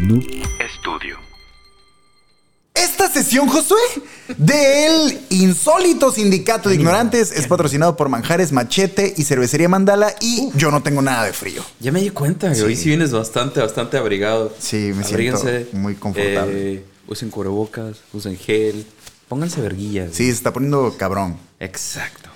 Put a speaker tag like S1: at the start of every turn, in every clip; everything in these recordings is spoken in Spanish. S1: Noob Studio.
S2: Esta sesión, Josué, del insólito sindicato de ignorantes es patrocinado por Manjares Machete y Cervecería Mandala y yo no tengo nada de frío.
S3: Ya me di cuenta, que hoy sí vienes bastante, bastante abrigado.
S2: Sí, me siento muy confortable.
S3: eh, usen cubrebocas, usen gel, pónganse verguillas.
S2: Sí, se está poniendo cabrón.
S3: Exacto.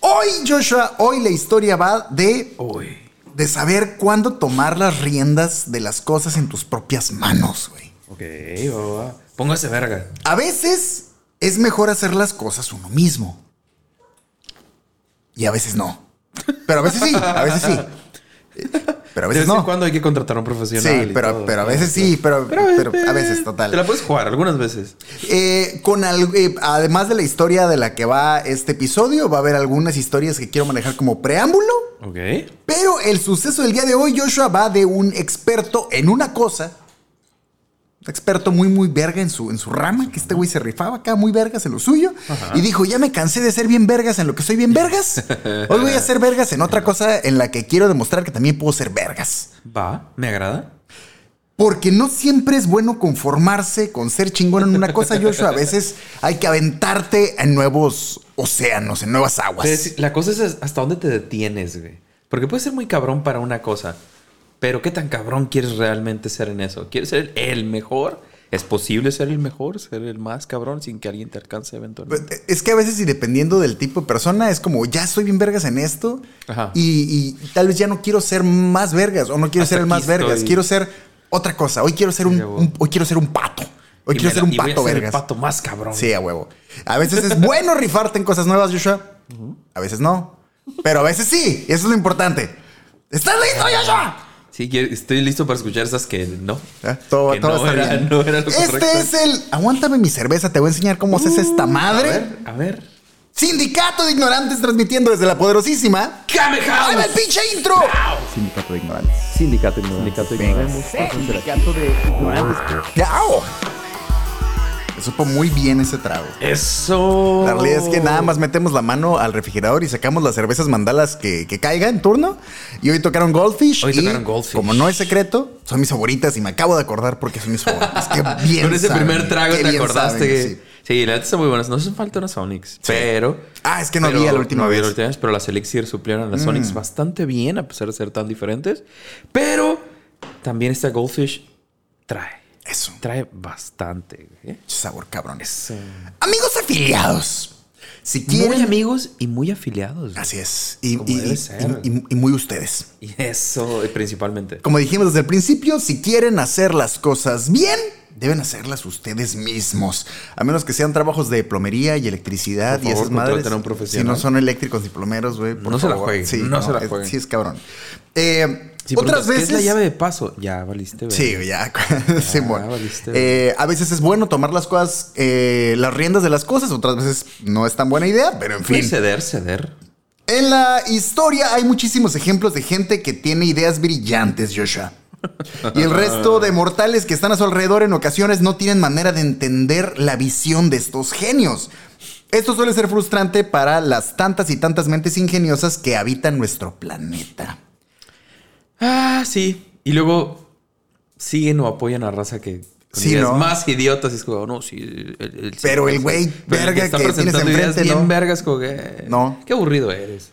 S2: Hoy, Joshua, hoy la historia va de,
S3: Uy.
S2: de saber cuándo tomar las riendas de las cosas en tus propias manos, güey.
S3: Ok, va, va. Póngase verga.
S2: A veces es mejor hacer las cosas uno mismo. Y a veces no. Pero a veces sí, a veces sí. Pero a
S3: De
S2: veces
S3: vez en
S2: no.
S3: cuando hay que contratar a un profesional.
S2: Sí,
S3: y
S2: pero,
S3: todo,
S2: pero a
S3: ¿no? este, Eh,
S2: veces sí, pero, pero a veces,
S3: Te la
S2: total.
S3: puedes jugar algunas veces.
S2: Eh, con al- eh, además de la historia de la que va este episodio, va a haber algunas historias que quiero manejar como preámbulo.
S3: Ok.
S2: Pero el suceso del día de hoy, Joshua, va de un experto en una cosa. Un experto muy, muy verga en su, en su rama, que este güey se rifaba acá, muy vergas en lo suyo. Y dijo, ya me cansé de ser bien vergas en lo que soy bien vergas. Hoy voy a ser vergas en otra cosa en la que quiero demostrar que también puedo ser vergas.
S3: Va, me agrada.
S2: Porque no siempre es bueno conformarse con ser chingón en una cosa, Joshua. A veces hay que aventarte en nuevos océanos, en nuevas aguas.
S3: Pero es- la cosa es hasta dónde te detienes, güey. Porque puedes ser muy cabrón para una cosa, pero ¿qué tan cabrón quieres realmente ser en eso? ¿Quieres ser el mejor? ¿Es posible ser el mejor? ¿Ser el más cabrón sin que alguien te alcance eventualmente?
S2: Es que a veces, y dependiendo del tipo de persona, es como ya soy bien vergas en esto
S3: Ajá.
S2: y, y tal vez ya no quiero ser más vergas o no quiero
S3: Hasta
S2: ser el más
S3: aquí
S2: vergas.
S3: estoy.
S2: Quiero ser otra cosa. Hoy quiero ser un,
S3: Ya voy.
S2: un- hoy quiero ser un pato. Hoy
S3: Y
S2: quiero
S3: me
S2: ser
S3: la-
S2: un
S3: y voy a
S2: pato
S3: ser
S2: vergas.
S3: el pato más cabrón.
S2: Sí, a huevo. A veces es bueno rifarte en cosas nuevas, Joshua. A veces no. Pero a veces sí. Eso es lo importante. ¿Estás listo, Joshua?
S3: Sí, que- estoy listo para escuchar esas que no.
S2: ¿Eh? Todo,
S3: Que
S2: todo
S3: no
S2: está
S3: era-
S2: bien.
S3: no era lo
S2: este
S3: correcto.
S2: es el. Aguántame mi cerveza, te voy a enseñar cómo se hace esta madre.
S3: A ver, a ver.
S2: Sindicato de Ignorantes transmitiendo desde la poderosísima.
S3: ¡Game
S2: ¡Ahí va
S3: House!
S2: el pinche intro! Sindicato de Ignorantes.
S3: Sindicato Sindicato
S2: Ah. Sindicato de Ignorantes. ¡Yao! Me supo muy bien ese trago.
S3: Eso.
S2: La realidad es que
S3: Oh.
S2: nada más metemos la mano al refrigerador y sacamos las cervezas mandalas que, que caiga en turno. Y hoy tocaron Goldfish.
S3: Hoy
S2: y
S3: tocaron Goldfish.
S2: Como no es secreto, son mis favoritas y me acabo de acordar porque son mis favoritas. Qué bien.
S3: Con ese
S2: saben,
S3: primer trago
S2: qué
S3: te
S2: bien
S3: acordaste
S2: saben,
S3: que.
S2: sí.
S3: Sí. la neta está muy buenas. No hacen falta unas Sonics, pero.
S2: Ah, es que no
S3: pero-
S2: había la última
S3: no había
S2: vez. Mm.
S3: la última vez, pero las Elixir suplieron a las Sonics bastante bien, a pesar de ser tan diferentes. Pero también esta Goldfish trae.
S2: Eso.
S3: Trae bastante. ¿eh?
S2: Sabor cabrones.
S3: Es, eh,
S2: Amigos afiliados. Si
S3: Muy
S2: quieren.
S3: amigos y muy afiliados. güey.
S2: Así es. Y,
S3: Como
S2: y-
S3: debe
S2: y-
S3: ser.
S2: y- y- y muy ustedes.
S3: Y eso, eh, principalmente.
S2: Como dijimos desde el principio, si quieren hacer las cosas bien, deben hacerlas ustedes mismos. A menos que sean trabajos de plomería y electricidad
S3: Por
S2: y
S3: favor,
S2: esas madres.
S3: contraten a un
S2: si
S3: profesional.
S2: no son eléctricos ni plomeros, güey. por
S3: No se la
S2: favor.
S3: jueguen,
S2: Sí,
S3: no se la
S2: es-
S3: jueguen.
S2: Sí, es cabrón. Eh,
S3: Si
S2: otras
S3: preguntas, ¿qué
S2: veces.
S3: es la llave de paso? Ya valiste. güey.
S2: Sí, ya. Simón.
S3: valiste,
S2: Eh, a veces es bueno tomar las cosas, eh, las riendas de las cosas, otras veces no es tan buena idea, pero en
S3: Puedes
S2: fin.
S3: Ceder, ceder.
S2: En la historia hay muchísimos ejemplos de gente que tiene ideas brillantes, Joshua. Y el resto de mortales que están a su alrededor en ocasiones no tienen manera de entender la visión de estos genios. Esto suele ser frustrante para las tantas y tantas mentes ingeniosas que habitan nuestro planeta.
S3: Ah, sí. Y luego siguen o apoyan a raza que con
S2: Sí,
S3: ideas
S2: ¿no?
S3: más idiotas y es como, no, sí. el- el- sí,
S2: Pero el
S3: sí.
S2: güey
S3: Pero el
S2: verga
S3: está
S2: que tienes
S3: presentando
S2: enfrente,
S3: ideas
S2: ¿no?
S3: bien vergas como que.
S2: No.
S3: Qué aburrido eres.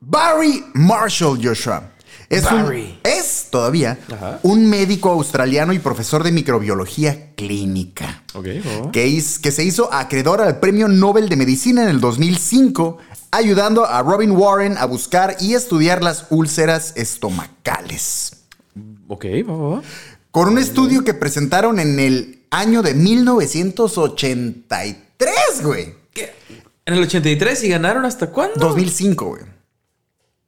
S2: Barry Marshall, Joshua. Es, un-
S3: Barry.
S2: es todavía
S3: Ajá.
S2: un médico australiano y profesor de microbiología clínica.
S3: Ok.
S2: que, hiz- que se hizo acreedor al Premio Nobel de Medicina en el 2005, ayudando a Robin Warren a buscar y estudiar las úlceras estomacales.
S3: Ok, va, va, va.
S2: Con un estudio que presentaron en el año de 1983, güey.
S3: ¿Qué? En el 83 y ganaron hasta cuándo?
S2: 2005, güey.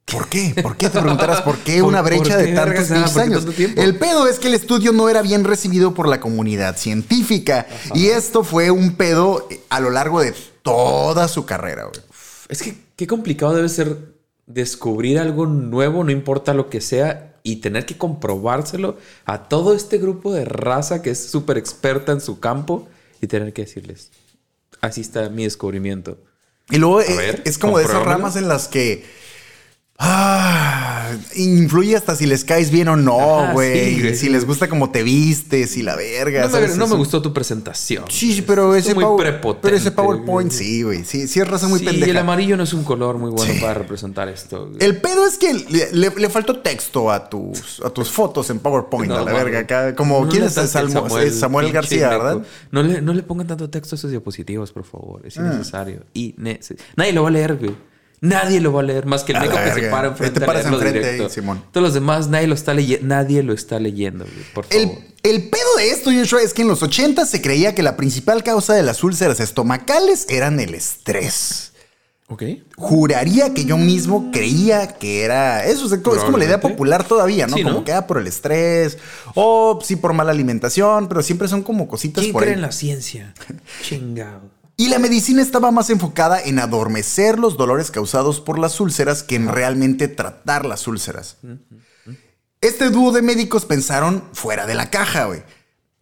S2: ¿Por qué? ¿Por qué? Te preguntarás por qué una
S3: ¿Por-
S2: brecha
S3: por
S2: de
S3: qué,
S2: tantos
S3: vergas? Ah,
S2: pinches
S3: ¿por qué
S2: años.
S3: tanto tiempo?
S2: el pedo es que el estudio no era bien recibido por la comunidad científica. Y esto fue un pedo eh, a lo largo de toda su carrera, güey.
S3: Es que qué complicado debe ser descubrir algo nuevo, no importa lo que sea, y tener que comprobárselo a todo este grupo de raza que es súper experta en su campo y tener que decirles, así está mi descubrimiento.
S2: Y luego eh,
S3: ver,
S2: es como de esas
S3: compruébamelo.
S2: ramas en las que Ah, influye hasta si les caes bien o no,
S3: Ajá, sí,
S2: güey.
S3: güey.
S2: si les gusta cómo te vistes y la verga.
S3: No, me,
S2: ¿sabes?
S3: no
S2: Es
S3: me
S2: un-
S3: gustó tu presentación.
S2: Sí, sí, pero
S3: Es
S2: ese,
S3: muy
S2: pow-
S3: prepotente,
S2: pero ese PowerPoint,
S3: güey.
S2: sí, güey. Sí, sí es raza muy
S3: sí,
S2: pendeja.
S3: el amarillo no es un color muy bueno
S2: Sí.
S3: para representar esto. güey.
S2: El pedo es que le, le- le faltó texto a tus, a tus fotos en PowerPoint,
S3: No,
S2: a la
S3: mames.
S2: verga. acá. como,
S3: No
S2: ¿quién
S3: le
S2: es
S3: tanto
S2: Salmo- es Samuel,
S3: pinche
S2: García,
S3: naco.
S2: verdad? Mm.
S3: No le, no le pongan tanto texto a esas diapositivas, por favor. Es innecesario. Innece- Nadie lo va a leer, güey. Nadie lo va a leer más que el
S2: A
S3: meco
S2: la
S3: que se
S2: verga.
S3: para
S2: Ahí te
S3: enfrente. a
S2: paras
S3: leerlo
S2: enfrente ahí,
S3: directo.
S2: Simón.
S3: Todos los demás, nadie lo está leyendo. Nadie lo está leyendo, güey. Por favor.
S2: El, el pedo de esto, Joshua, es que en los 80 se creía que la principal causa de las úlceras estomacales eran el estrés.
S3: Ok.
S2: Juraría que yo mismo creía que era eso. o sea, es como la idea
S3: Probablemente.
S2: popular todavía, ¿no?
S3: Sí, ¿no?
S2: Como queda por el estrés o sí por mala alimentación, pero siempre son como cositas
S3: ¿Quién
S2: por
S3: cree
S2: ahí.
S3: en la ciencia? Chingado.
S2: Y la medicina estaba más enfocada en adormecer los dolores causados por las úlceras que en realmente tratar las úlceras. Este dúo de médicos pensaron fuera de la caja, güey.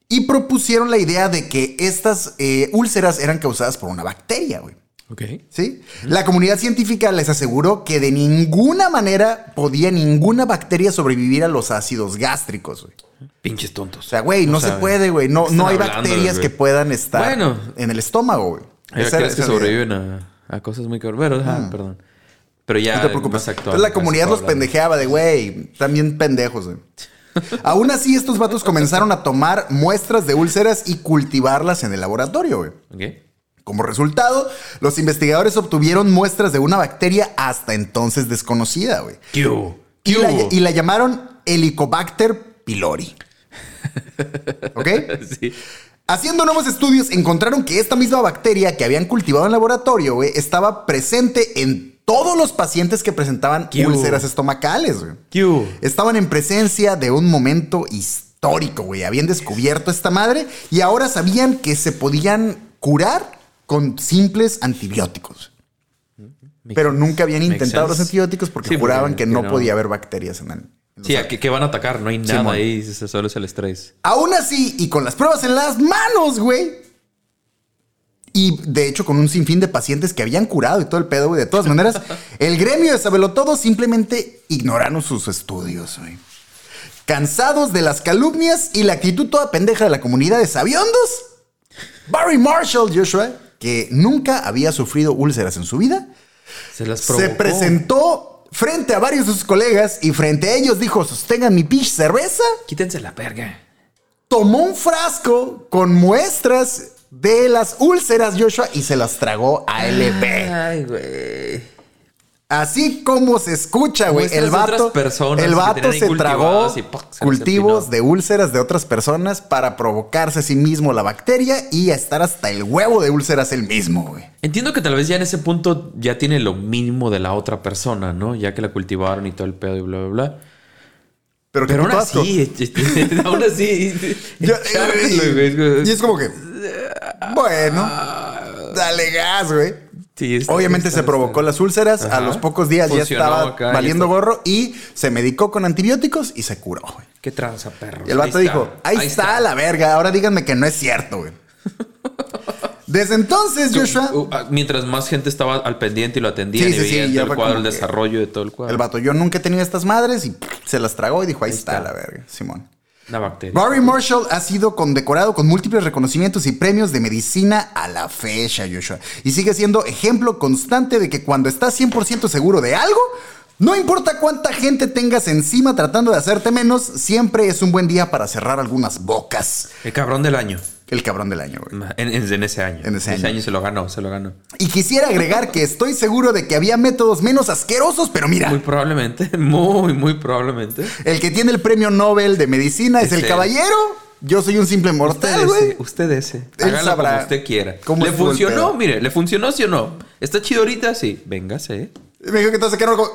S2: Y propusieron la idea de que estas eh, úlceras eran causadas por una bacteria, güey.
S3: Ok.
S2: ¿Sí? La comunidad científica les aseguró que de ninguna manera podía ninguna bacteria sobrevivir a los ácidos gástricos, güey.
S3: Pinches tontos.
S2: O sea, güey, no, se
S3: saben.
S2: puede, güey. No,
S3: ¿Qué
S2: no hay
S3: están hablando,
S2: bacterias
S3: güey?
S2: que puedan estar
S3: Bueno.
S2: en el estómago, güey.
S3: Hay
S2: Esa-
S3: bacterias que
S2: esa era la idea.
S3: sobreviven a, a cosas muy cabronas. Pero, ah, perdón. Pero ya.
S2: No te preocupes.
S3: más actual,
S2: Entonces la
S3: más
S2: comunidad los
S3: actual,
S2: pendejeaba de, güey, también pendejos, güey. Aún así, estos vatos comenzaron a tomar muestras de úlceras y cultivarlas en el laboratorio, güey.
S3: Ok.
S2: Como resultado, los investigadores obtuvieron muestras de una bacteria hasta entonces desconocida, güey.
S3: ¿Qué hubo?
S2: Y
S3: ¿Qué
S2: la,
S3: hubo?
S2: y la llamaron Helicobacter pylori. ¿Ok?
S3: Sí.
S2: Haciendo nuevos estudios, encontraron que esta misma bacteria que habían cultivado en laboratorio, güey, estaba presente en todos los pacientes que presentaban
S3: ¿Qué hubo?
S2: úlceras estomacales, güey.
S3: ¿Qué hubo?
S2: Estaban en presencia de un momento histórico, güey. Habían descubierto esta madre y ahora sabían que se podían curar con simples antibióticos. Pero nunca habían
S3: Makes
S2: intentado los
S3: sense.
S2: antibióticos porque
S3: Sí, porque-
S2: juraban que
S3: que
S2: no,
S3: no.
S2: podía haber bacterias en él. En
S3: Sí,
S2: los
S3: ¿a qué, qué van a atacar? No hay nada
S2: Simón.
S3: ahí, se- solo es el estrés.
S2: Aún así, y con las pruebas en las manos, güey. Y de hecho, con un sinfín de pacientes que habían curado y todo el pedo, güey. De todas maneras, el gremio de Sabelotodo simplemente ignoraron sus estudios, güey. Cansados de las calumnias y la actitud toda pendeja de la comunidad de sabiondos, Barry Marshall, Joshua, que nunca había sufrido úlceras en su vida,
S3: Se las
S2: se
S3: provocó.
S2: presentó frente a varios de sus colegas y frente a ellos dijo: Sostengan mi pinche cerveza
S3: Quítense la verga.
S2: tomó un frasco con muestras de las úlceras Joshua y se las tragó a LP.
S3: Ay, güey.
S2: Así como se escucha, güey.
S3: Muestras
S2: El
S3: de otras
S2: vato,
S3: personas
S2: el
S3: que
S2: vato
S3: tenían ahí
S2: se tragó
S3: cultivadas y, ¡pum! se las
S2: cultivos
S3: empinó.
S2: de úlceras de otras personas para provocarse a sí mismo la bacteria y a estar hasta el huevo de úlceras él mismo, güey.
S3: Entiendo que tal vez ya en ese punto ya tiene lo mínimo de la otra persona, ¿no? Ya que la cultivaron y todo el pedo y bla, bla, bla.
S2: Pero, qué
S3: Pero aún
S2: puto asco.
S3: así, este, aún así.
S2: Yo-
S3: echármelo, güey, es como-
S2: y es como que, bueno, dale gas, güey.
S3: Sí, está-
S2: Obviamente
S3: está-
S2: se provocó
S3: está-
S2: las úlceras, a
S3: Ajá.
S2: los pocos días
S3: Funcionó
S2: ya
S3: acá,
S2: estaba
S3: ya
S2: valiendo
S3: está.
S2: gorro y se medicó con antibióticos y se curó. güey.
S3: Qué tranza, perro.
S2: Y el vato
S3: Ahí
S2: dijo,
S3: está,
S2: ahí, está, la verga, ahora díganme que no es cierto, güey. Desde entonces, Joshua,
S3: Uh, ah, Mientras más gente estaba al pendiente y lo atendía,
S2: Sí,
S3: y
S2: sí, sí,
S3: veía
S2: ya
S3: todo
S2: fue
S3: el cuadro,
S2: como
S3: el
S2: que-
S3: desarrollo de todo el cuadro.
S2: el vato, yo nunca he tenido estas madres y se las tragó y dijo, ahí,
S3: Ahí
S2: está,
S3: está.
S2: la verga, Simón.
S3: Una bacteria.
S2: Barry Marshall ha sido condecorado con múltiples reconocimientos y premios de medicina a la fecha, Joshua. Y sigue siendo ejemplo constante de que cuando estás 100% seguro de algo, no importa cuánta gente tengas encima tratando de hacerte menos, siempre es un buen día para cerrar algunas bocas.
S3: El cabrón del año.
S2: El cabrón del año, güey.
S3: En, en- en ese año.
S2: En ese año.
S3: se lo ganó, se lo ganó.
S2: Y quisiera agregar que estoy seguro de que había métodos menos asquerosos, pero
S3: Muy
S2: mira,
S3: probablemente, muy, muy probablemente.
S2: el que tiene el premio Nobel de medicina es
S3: Es
S2: el
S3: él.
S2: caballero. Yo soy un simple mortal,
S3: Usted
S2: güey.
S3: ese, usted ese.
S2: Él
S3: Hágalo
S2: sabrá
S3: como usted quiera.
S2: cómo
S3: ¿Le
S2: estuvo el
S3: funcionó?
S2: pedo.
S3: Mire, ¿le funcionó sí o no? ¿Está chido ahorita? Sí. Véngase, eh.
S2: Y Me dijo que todo se quedaron como.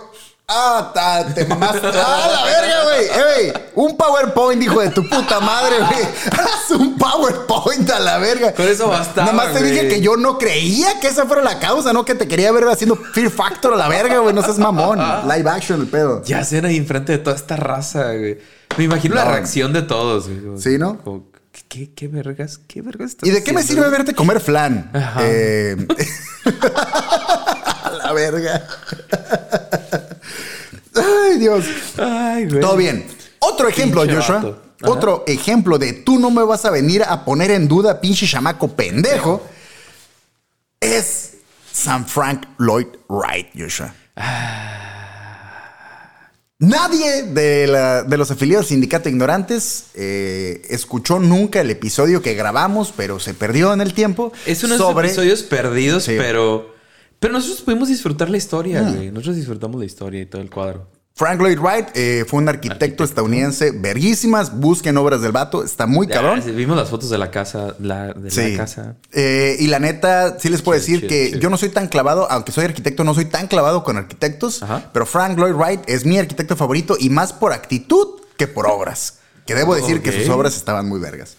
S2: Ah, ta- te mamaste. Ah, la verga, güey. Eh, güey. Un PowerPoint, hijo de tu puta madre, güey. Haz un PowerPoint a la verga.
S3: Con eso
S2: Nada
S3: bastaba,
S2: más te dije
S3: güey.
S2: que yo no creía que esa fuera la causa, ¿no? Que te quería ver haciendo Fear Factor a la verga, güey. No seas mamón. Live action, el pedo.
S3: Ya ser ahí enfrente de toda esta raza, güey. Me imagino la
S2: No.
S3: reacción de todos. güey, como-
S2: Sí, ¿no?
S3: como, ¿qué- ¿qué, ¿Qué vergas? ¿Qué vergas estás
S2: ¿Y de qué me
S3: haciendo,
S2: sirve
S3: güey?
S2: verte comer flan?
S3: Ajá.
S2: Eh, a la verga. Ay, Dios.
S3: Ay, güey.
S2: Todo bien. Otro ejemplo,
S3: Pinche
S2: Joshua.
S3: vato. Ajá.
S2: Otro ejemplo de tú no me vas a venir a poner en duda, pinche chamaco pendejo. Es San Frank Lloyd Wright, Joshua. Nadie de, la- de los afiliados del Sindicato de Ignorantes eh, escuchó nunca el episodio que grabamos, pero se perdió en el tiempo.
S3: Es uno de esos
S2: sobre-
S3: episodios perdidos,
S2: Sí. Ah.
S3: pero. Pero nosotros pudimos disfrutar la historia, güey. Nosotros disfrutamos la historia y todo el cuadro.
S2: Frank Lloyd Wright eh, fue un arquitecto, estadounidense, verguísimas. Busquen obras del vato, está muy cabrón.
S3: Ah, sí, vimos las fotos de la casa. La, de la casa.
S2: Eh, y la neta, sí les puedo
S3: Chido,
S2: decir
S3: chido,
S2: que
S3: chido.
S2: yo no soy tan clavado, aunque soy arquitecto, no soy tan clavado con arquitectos,
S3: Ajá.
S2: pero Frank Lloyd Wright es mi arquitecto favorito y más por actitud que por obras. Que debo decir
S3: Ok.
S2: que sus obras estaban muy vergas.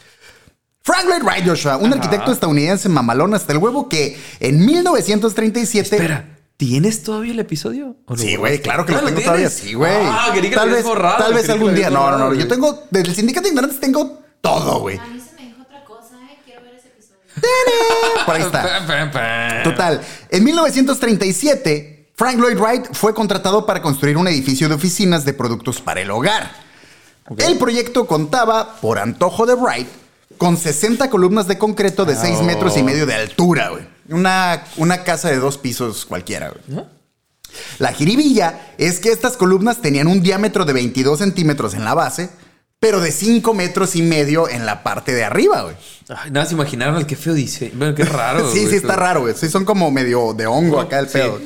S2: Frank Lloyd Wright, Joshua, un arquitecto estadounidense mamalón hasta el huevo que en 1937...
S3: Espera, ¿tienes todavía el episodio? ¿O lo
S2: Sí, güey,
S3: borraste?
S2: claro que
S3: Ah,
S2: lo tengo todavía.
S3: tienes?
S2: Sí, güey.
S3: Ah, quería que
S2: tal
S3: lo
S2: vez,
S3: vez, borrado.
S2: tal vez
S3: creí que
S2: algún
S3: lo
S2: día.
S3: habías
S2: No, no,
S3: borrado,
S2: no. Yo
S3: güey.
S2: tengo, desde el sindicato de ignorantes tengo todo, güey.
S1: A mí se me dijo otra cosa, ¿eh? Quiero ver ese episodio.
S2: Por ahí está.
S3: Pa, pa, pa.
S2: Total, en 1937, Frank Lloyd Wright fue contratado para construir un edificio de oficinas de productos para el hogar. El proyecto contaba, por antojo de Wright, con 60 columnas de concreto de 6
S3: Oh.
S2: metros y medio de altura, güey. Una, una casa de dos pisos cualquiera, güey.
S3: ¿No?
S2: La jiribilla es que estas columnas tenían un diámetro de 22 centímetros en la base, pero de 5 metros y medio en la parte de arriba, güey.
S3: Ay, nada, se imaginaron el que feo dice. Bueno, qué raro.
S2: sí,
S3: Ah, güey.
S2: sí, está raro, güey. Sí, son como medio de hongo acá el
S3: Sí.
S2: pedo.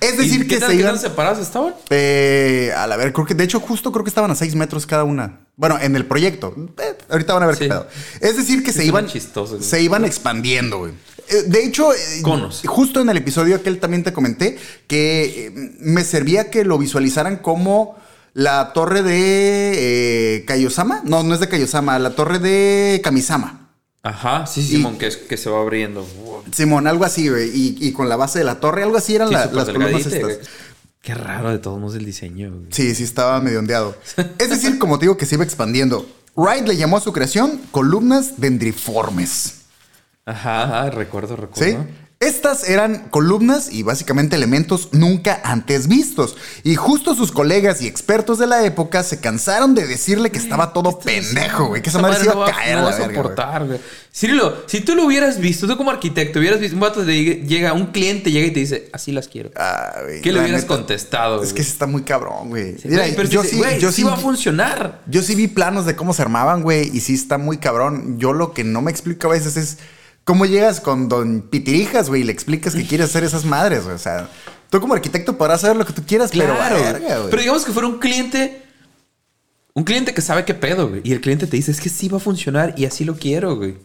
S2: Es
S3: ¿Y
S2: decir,
S3: qué
S2: que
S3: tal
S2: se
S3: que
S2: iban.
S3: eran separados estaban?
S2: Eh, a la ver, creo que de hecho, justo creo que estaban a 6 metros cada una. Bueno, en el proyecto. Eh, ahorita van a ver
S3: Sí.
S2: qué pedo. Es decir, que se
S3: suena
S2: iban.
S3: chistoso, güey.
S2: se iban expandiendo, güey. Eh, De hecho, eh,
S3: Conos.
S2: justo en el episodio aquel también te comenté que eh, me servía que lo visualizaran como la torre de eh, Kaiosama. No, no es de Kaiosama, la torre de Kamisama.
S3: Ajá, sí,
S2: Y-
S3: sí, Simón, que, es- que se va abriendo. Wow.
S2: Simón, algo así, güey. Y, y con la base de la torre, algo así eran
S3: Sí,
S2: la-
S3: súper
S2: las columnas
S3: delgadita,
S2: estas.
S3: güey. Qué raro de todos modos el diseño. güey.
S2: Sí, sí, estaba medio ondeado. Es decir, como te digo, que se iba expandiendo. Wright le llamó a su creación columnas dendriformes.
S3: Ajá, ajá, recuerdo,
S2: ¿Sí?
S3: recuerdo.
S2: Estas eran columnas y básicamente elementos nunca antes vistos. Y justo sus colegas y expertos de la época se cansaron de decirle que estaba todo
S3: Este
S2: pendejo, güey. Que esa madre se
S3: no
S2: iba
S3: va-
S2: a caer
S3: no
S2: a
S3: va
S2: la
S3: a
S2: verga, güey.
S3: soportar, güey. Cirilo, si tú lo hubieras visto, tú como arquitecto, hubieras visto un vato de llega, un cliente llega y te dice, así las quiero.
S2: Ah, güey,
S3: ¿Qué le
S2: la
S3: hubieras
S2: neta,
S3: contestado?
S2: Es que
S3: güey?
S2: sí está muy cabrón, güey.
S3: Sí,
S2: Mira,
S3: güey, pero
S2: yo
S3: dices,
S2: sí,
S3: güey,
S2: yo
S3: sí va a funcionar.
S2: Yo sí vi planos de cómo se armaban, güey, y sí está muy cabrón. Yo lo que no me explico a veces es cómo llegas con don Pitirijas, güey, y le explicas que quieres hacer esas madres, güey. O sea, tú como arquitecto podrás saber lo que tú quieras,
S3: Claro.
S2: pero verga,
S3: pero
S2: güey.
S3: digamos que fuera un cliente. Un cliente que sabe qué pedo, güey. Y el cliente te dice, es que sí va a funcionar y así lo quiero, güey.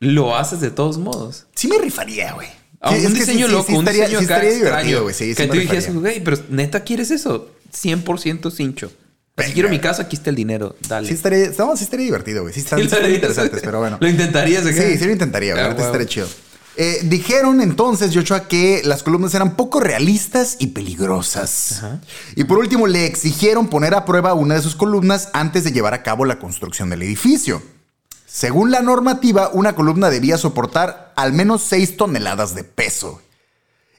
S3: Lo haces de todos modos.
S2: Sí me rifaría, güey.
S3: A
S2: Sí, es
S3: un
S2: que sí,
S3: diseño
S2: sí,
S3: loco,
S2: sí
S3: un
S2: estaría,
S3: diseño
S2: sí
S3: acá
S2: estaría
S3: extraño,
S2: divertido, güey. Sí, sí
S3: que
S2: me
S3: tú dijeras,
S2: rifaría.
S3: güey, pero neta quieres eso. 100% cincho. Pues,
S2: Venga.
S3: Si quiero mi casa, aquí está el dinero. Dale.
S2: Sí estaría, no, sí estaría divertido, güey. Sí, están, sí
S3: Y lo
S2: están
S3: harías.
S2: interesantes, pero bueno.
S3: Lo intentarías, acá?
S2: Sí, sí lo intentaría, güey.
S3: Ah,
S2: Ahorita
S3: huevo.
S2: estaría chido. Eh, dijeron entonces, Joshua, que las columnas eran poco realistas y peligrosas.
S3: Ajá.
S2: Y por último, le exigieron poner a prueba una de sus columnas antes de llevar a cabo la construcción del edificio. Según la normativa, una columna debía soportar al menos 6 toneladas de peso.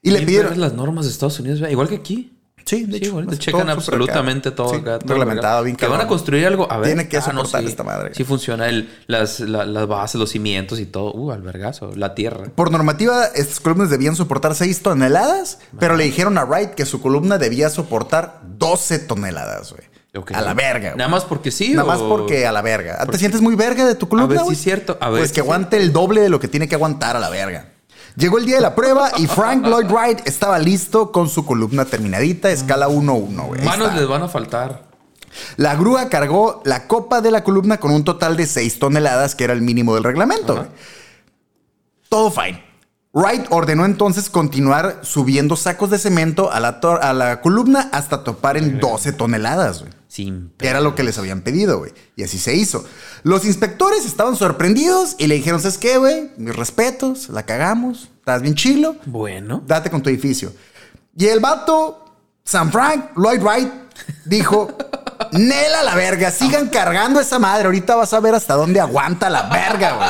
S2: Y le
S3: Bien
S2: pidieron...
S3: perras las normas de Estados Unidos, ¿verdad? igual que aquí.
S2: Sí, de hecho,
S3: igual te
S2: es
S3: checan
S2: todo súper acá.
S3: absolutamente todo
S2: Sí,
S3: acá. todo
S2: reglamentado,
S3: acá.
S2: bien
S3: Te van a
S2: cabrón.
S3: construir algo. A ver,
S2: Tiene que
S3: ah, no,
S2: soportar
S3: sí.
S2: esta madre.
S3: Sí funciona el, las, la- las bases, los cimientos y todo. Uh, albergazo, la tierra.
S2: Por normativa, estas columnas debían soportar 6 toneladas, pero le dijeron a Wright que su columna debía soportar 12 toneladas, güey.
S3: Ok.
S2: A la verga, güey.
S3: Nada más porque sí.
S2: Nada
S3: o-
S2: más porque a la verga. ¿Te sientes muy verga de tu columna?
S3: ver si
S2: güey?
S3: es cierto, a ver
S2: Pues
S3: si
S2: que
S3: es
S2: aguante el doble de lo que tiene que aguantar a la verga. Llegó el día de la prueba y Frank Lloyd Wright estaba listo con su columna terminadita, escala 1-1, güey. Ahí
S3: Manos
S2: está.
S3: les van a faltar.
S2: La grúa cargó la copa de la columna con un total de 6 toneladas, que era el mínimo del reglamento. güey. Todo fine. Wright ordenó entonces continuar subiendo sacos de cemento a la, tor- a la columna hasta topar en 12 toneladas. güey.
S3: Sin
S2: Que Era lo que les habían pedido, güey. Y así se hizo. Los inspectores estaban sorprendidos y le dijeron, ¿sabes qué, güey? Mis respetos, la cagamos, estás bien chilo,
S3: Bueno.
S2: date con tu edificio. Y el vato, San Frank, Lloyd Wright, dijo, Nela la verga, sigan cargando esa madre, ahorita vas a ver hasta dónde aguanta la verga, güey.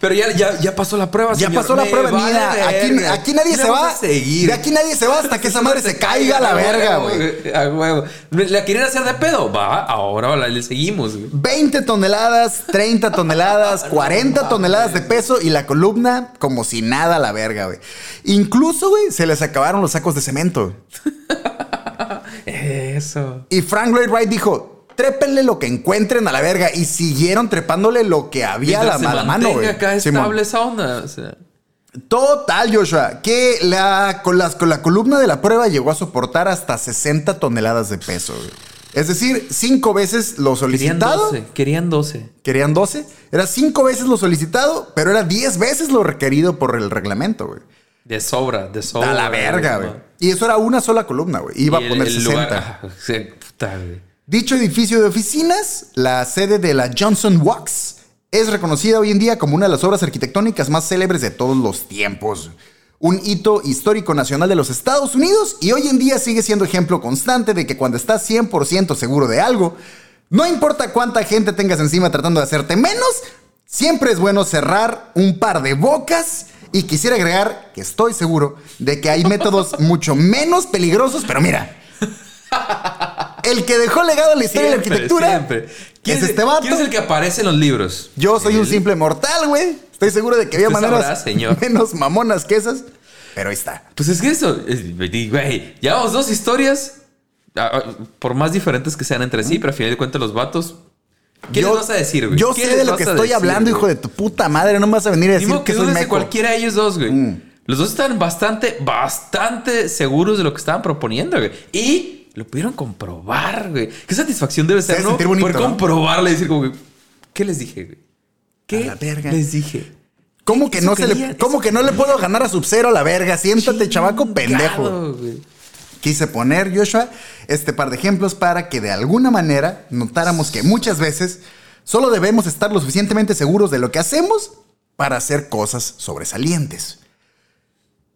S3: Pero ya, ya, ya pasó la prueba,
S2: Ya
S3: señor.
S2: pasó la
S3: Me
S2: prueba,
S3: vale
S2: mira. Aquí,
S3: verga.
S2: aquí nadie
S3: Le
S2: se
S3: vamos
S2: va.
S3: a seguir.
S2: De aquí nadie se va hasta que esa madre se caiga a la verga, güey.
S3: A huevo. ¿La quieren hacer de pedo? Va, ahora la- le seguimos, güey.
S2: 20 toneladas, 30 toneladas, 40 toneladas de peso y la columna como si nada a la verga, güey. Incluso, güey, se les acabaron los sacos de cemento.
S3: Eso.
S2: Y Frank Lloyd Wright dijo, trépenle lo que encuentren a la verga. Y siguieron trepándole lo que había a la,
S3: Mientras
S2: a
S3: se
S2: la mano,
S3: mantenga
S2: güey.
S3: acá
S2: Simón.
S3: estable esa onda. o sea.
S2: Total, Joshua, que la, con las, con la columna de la prueba llegó a soportar hasta 60 toneladas de peso. güey. Es decir, cinco veces lo
S3: Querían
S2: solicitado.
S3: 12. Querían 12.
S2: Querían 12. Era cinco veces lo solicitado, pero era 10 veces lo requerido por el reglamento, güey.
S3: De sobra, de sobra.
S2: A la verga, güey. Y eso era una sola columna, güey. Iba
S3: Y
S2: a
S3: el-
S2: poner
S3: el
S2: 60.
S3: lugar- ah, sí, puta, güey.
S2: Dicho edificio de oficinas, la sede de la Johnson Wax, es reconocida hoy en día como una de las obras arquitectónicas más célebres de todos los tiempos. Un hito histórico nacional de los Estados Unidos y hoy en día sigue siendo ejemplo constante de que cuando estás 100% seguro de algo, no importa cuánta gente tengas encima tratando de hacerte menos, siempre es bueno cerrar un par de bocas y quisiera agregar que estoy seguro de que hay métodos mucho menos peligrosos, pero mira, el que dejó legado a la historia de la
S3: Siempre,
S2: arquitectura.
S3: siempre. ¿Quién
S2: es este vato.
S3: quién es el que aparece en los libros?
S2: Yo soy un
S3: Él.
S2: simple mortal, güey. Estoy seguro de que había
S3: Usted
S2: maneras
S3: sabrá, señor.
S2: menos mamonas que esas. Pero ahí está.
S3: Pues es que eso, es- y, güey, llevamos dos historias, ah, ah, por más diferentes que sean entre sí, pero al final de cuentas los vatos, ¿qué
S2: Yo-
S3: les vas a decir, güey?
S2: Yo
S3: ¿Qué
S2: sé
S3: les
S2: de lo
S3: vas
S2: que
S3: a
S2: estoy
S3: decir,
S2: hablando,
S3: güey?
S2: hijo de tu puta madre. No me vas a venir a
S3: Ni
S2: decir
S3: modo
S2: que
S3: que
S2: soy
S3: dudes de
S2: meco.
S3: cualquiera de ellos dos, güey.
S2: Mm.
S3: Los dos estaban bastante, bastante seguros de lo que estaban proponiendo, güey. Y lo pudieron comprobar, güey. Qué satisfacción debe
S2: Se
S3: ser,
S2: debe
S3: ¿no?
S2: sentir bonito,
S3: Poder
S2: ¿no?
S3: comprobarle y decir como, que, ¿qué les dije, güey?
S2: A
S3: ¿Qué
S2: la verga.
S3: les dije?
S2: ¿Cómo que
S3: Eso
S2: no se le,
S3: querían,
S2: cómo
S3: eso
S2: que no le puedo ganar a Sub-Zero a la verga? Siéntate, chavaco pendejo.
S3: Chingado, güey.
S2: Quise poner, Joshua, este par de ejemplos para que de alguna manera notáramos que muchas veces solo debemos estar lo suficientemente seguros de lo que hacemos para hacer cosas sobresalientes.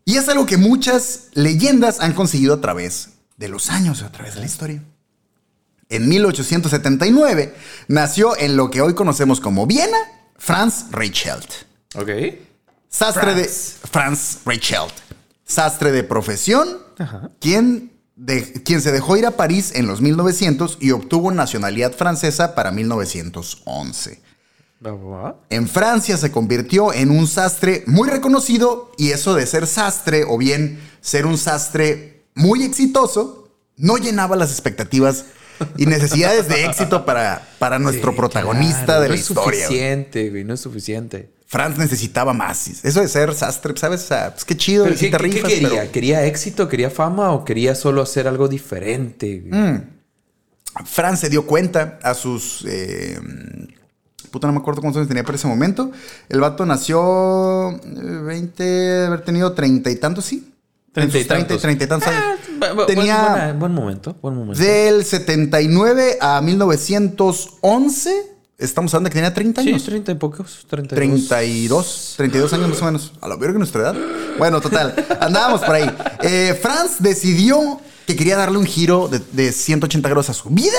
S2: Y es algo que muchas leyendas han conseguido a través de los años, a través de la historia. En 1879 nació en lo que hoy conocemos como Viena, Franz Reichelt.
S3: Ok.
S2: Sastre
S3: Franz.
S2: de Franz Reichelt. Sastre de profesión, quien, de- quien se dejó ir a París en los 1900 y obtuvo nacionalidad francesa para 1911.
S3: Va, va, va.
S2: En Francia se convirtió en un sastre muy reconocido y eso de ser sastre o bien ser un sastre muy exitoso no llenaba las expectativas y necesidades de éxito para, para nuestro
S3: Sí,
S2: protagonista
S3: claro,
S2: de
S3: no
S2: la
S3: es
S2: historia. güey.
S3: suficiente, güey, no es suficiente.
S2: Franz necesitaba más. Eso de ser sastre, ¿sabes? O sea, pues qué chido,
S3: Pero
S2: sí te
S3: ¿qué, qué- qué
S2: rifas,
S3: quería?
S2: pero-
S3: ¿Quería éxito? ¿Quería fama? ¿O quería solo hacer algo diferente? güey?
S2: Franz se dio cuenta a sus. eh, puta, no me acuerdo cuántos años tenía por ese momento. El vato nació. eh, 20, de haber tenido treinta y tantos, sí.
S3: Treinta y
S2: En sus treinta
S3: tantos.
S2: treinta y tantos
S3: Ah,
S2: años.
S3: bu- bu-
S2: Tenía-
S3: buen, buena- buen momento, buen momento.
S2: Del 79 a 1911, estamos hablando de que tenía 30
S3: Sí,
S2: años.
S3: 30 y pocos, 32.
S2: 32, 32 años más o menos. A la verga nuestra edad. Bueno, total, andábamos por ahí. Eh, Franz decidió que quería darle un giro de, de 180 grados a su vida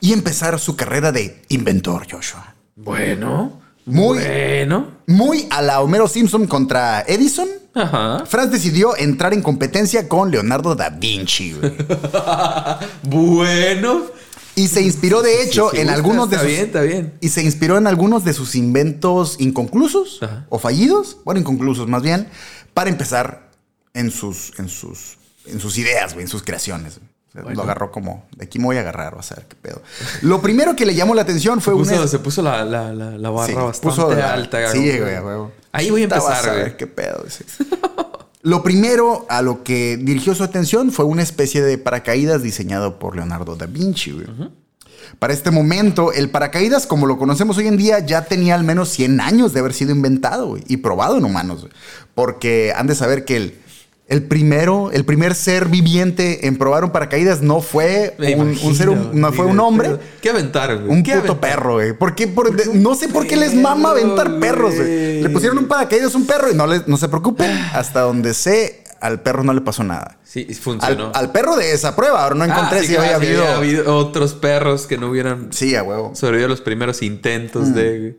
S2: y empezar su carrera de inventor, Joshua.
S3: Bueno,
S2: Muy-
S3: bueno.
S2: Muy a la Homero Simpson contra Edison,
S3: Ajá.
S2: Franz decidió entrar en competencia con Leonardo da Vinci. güey.
S3: Bueno.
S2: Y se inspiró, de hecho,
S3: Si- si
S2: en
S3: gusta,
S2: algunos de
S3: está
S2: sus...
S3: bien, está bien.
S2: y se inspiró en algunos de sus inventos inconclusos
S3: Ajá.
S2: o fallidos, bueno, inconclusos más bien, para empezar en sus, en sus, en sus ideas, güey, en sus creaciones. O sea, Lo agarró como, de aquí me voy a agarrar, vas a ver qué pedo. Lo primero que le llamó la atención fue un...
S3: Puso- se puso la, la, la, la barra
S2: Sí,
S3: bastante
S2: puso la-
S3: alta.
S2: sí,
S3: güey.
S2: güey, a huevo.
S3: Ahí voy a
S2: Ahorita vas
S3: empezar,
S2: a
S3: güey.
S2: ver qué pedo. sí. Lo primero a lo que dirigió su atención fue una especie de paracaídas diseñado por Leonardo da Vinci. güey. Para este momento, el paracaídas, como lo conocemos hoy en día, ya tenía al menos 100 años de haber sido inventado güey, y probado en humanos. güey. Porque han de saber que el, el primero, el primer ser viviente en probar un paracaídas no fue
S3: Me
S2: un, un
S3: imagino,
S2: ser, hum- no fue
S3: digo,
S2: un hombre.
S3: pero, ¿Qué aventaron? güey?
S2: Un
S3: ¿Qué
S2: puto
S3: aventaron?
S2: perro, güey. ¿Por qué? Por- de- no sé por qué les mama
S3: perro,
S2: aventar perros, güey.
S3: güey.
S2: Le pusieron un paracaídas a un perro y no, les- no se preocupen. Hasta donde sé, al perro no le pasó nada.
S3: Sí,
S2: Al,
S3: funcionó.
S2: al perro de esa prueba, ahora no
S3: Ah,
S2: encontré
S3: sí,
S2: si
S3: claro,
S2: había
S3: si
S2: habido.
S3: otros perros que no hubieran
S2: Sí, Mm. a huevo.
S3: sobrevivido a los primeros intentos de.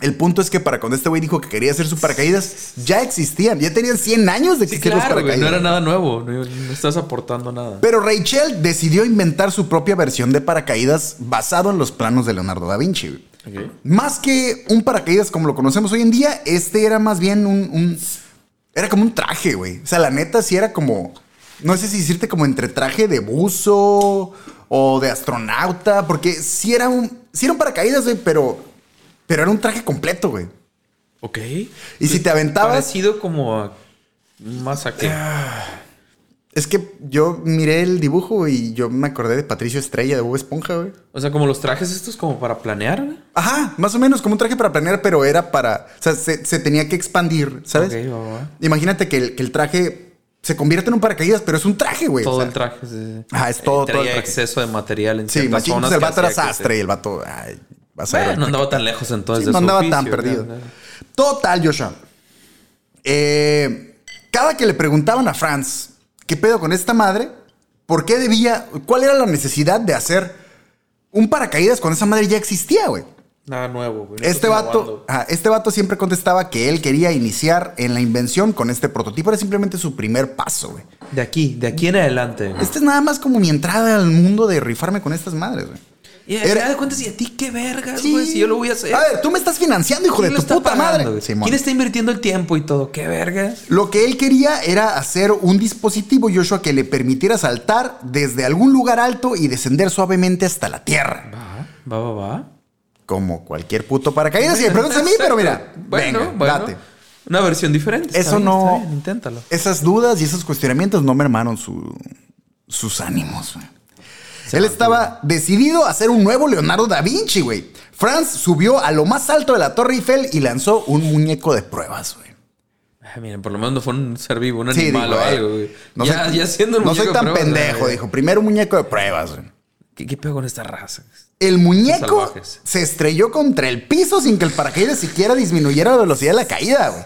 S2: El punto es que para cuando este güey dijo que quería hacer sus paracaídas, ya existían, ya tenían 100 años de
S3: Sí,
S2: existir los
S3: claro, güey,
S2: paracaídas.
S3: no era nada nuevo. No, no estás aportando nada.
S2: Pero Rachel decidió inventar su propia versión de paracaídas basado en los planos de Leonardo da Vinci. güey.
S3: Ok.
S2: Más que un paracaídas como lo conocemos hoy en día, este era más bien un. un- era como un traje, güey. O sea, la neta sí era como. No sé si decirte como entre traje de buzo o de astronauta, porque sí era un. Sí era un paracaídas, güey, pero. Pero era un traje completo, güey.
S3: Ok.
S2: Y si te aventabas- Ah.
S3: Parecido como a. Más a qué.
S2: Es que yo miré el dibujo y yo me acordé de Patricio Estrella de Bob Esponja, güey.
S3: O sea, como los trajes estos como para planear, güey.
S2: Ajá, más o menos como un traje para planear, pero era para. O sea, se, se tenía que expandir, ¿sabes?
S3: Ok, va, va.
S2: Imagínate que el, que el traje se convierte en un paracaídas, pero es un traje, güey.
S3: Todo
S2: o sea.
S3: el traje. sí, sí.
S2: Ajá, es todo,
S3: Traía
S2: todo el traje.
S3: exceso de material en
S2: Sí,
S3: ciertas
S2: machín,
S3: zonas.
S2: pues el
S3: que
S2: vato era
S3: hacía que
S2: sastre
S3: se-
S2: y el vato. Ay, vas a
S3: Bueno,
S2: ver.
S3: no andaba tan lejos entonces.
S2: Sí,
S3: de
S2: no
S3: su
S2: andaba
S3: oficio,
S2: tan
S3: ya,
S2: perdido.
S3: ya.
S2: Total, Joshua. Eh, cada que le preguntaban a Franz, ¿qué pedo con esta madre? ¿Por qué debía? ¿Cuál era la necesidad de hacer un paracaídas cuando esa madre ya existía, güey?
S3: Nada nuevo, güey. no
S2: Este
S3: estás
S2: vato,
S3: innovando.
S2: ajá, este vato siempre contestaba que él quería iniciar en la invención con este prototipo. Era simplemente su primer paso, güey.
S3: De aquí, de aquí en adelante. güey.
S2: Esta es nada más como mi entrada al mundo de rifarme con estas madres, güey.
S3: Y al
S2: Era-
S3: final de cuentas, ¿y a ti qué vergas, güey? Si yo lo voy a hacer.
S2: A ver, tú me estás financiando, hijo de
S3: ¿Quién lo
S2: tu
S3: está
S2: puta
S3: pagando,
S2: madre.
S3: güey?
S2: Simón.
S3: ¿Quién está invirtiendo el tiempo y todo? ¿Qué vergas?
S2: Lo que él quería era hacer un dispositivo, Joshua, que le permitiera saltar desde algún lugar alto y descender suavemente hasta la tierra.
S3: Va, va, va, va.
S2: Como cualquier puto paracaídas. Y me preguntas a mí, pero mira,
S3: Bueno,
S2: venga,
S3: bueno.
S2: date.
S3: Una versión diferente. está
S2: Eso
S3: bien,
S2: no-
S3: está bien, inténtalo.
S2: Esas dudas y esos cuestionamientos no mermaron su- sus ánimos. güey. Él estaba decidido a hacer un nuevo Leonardo da Vinci, güey. Franz subió a lo más alto de la Torre Eiffel y lanzó un muñeco de pruebas, güey.
S3: Ah, miren, por lo menos no fue un ser vivo, un
S2: Sí,
S3: animal
S2: dijo,
S3: o
S2: "Eh,
S3: algo, güey.
S2: no
S3: ya,
S2: soy-
S3: ya siendo un
S2: No soy
S3: muñeco
S2: tan
S3: de pruebas,
S2: pendejo,
S3: güey.
S2: dijo. Primero un muñeco de pruebas, güey.
S3: ¿Qué, ¿Qué pedo con esta raza?
S2: El muñeco
S3: Salvajes.
S2: se estrelló contra el piso sin que el paracaídas siquiera disminuyera la velocidad de la caída, güey.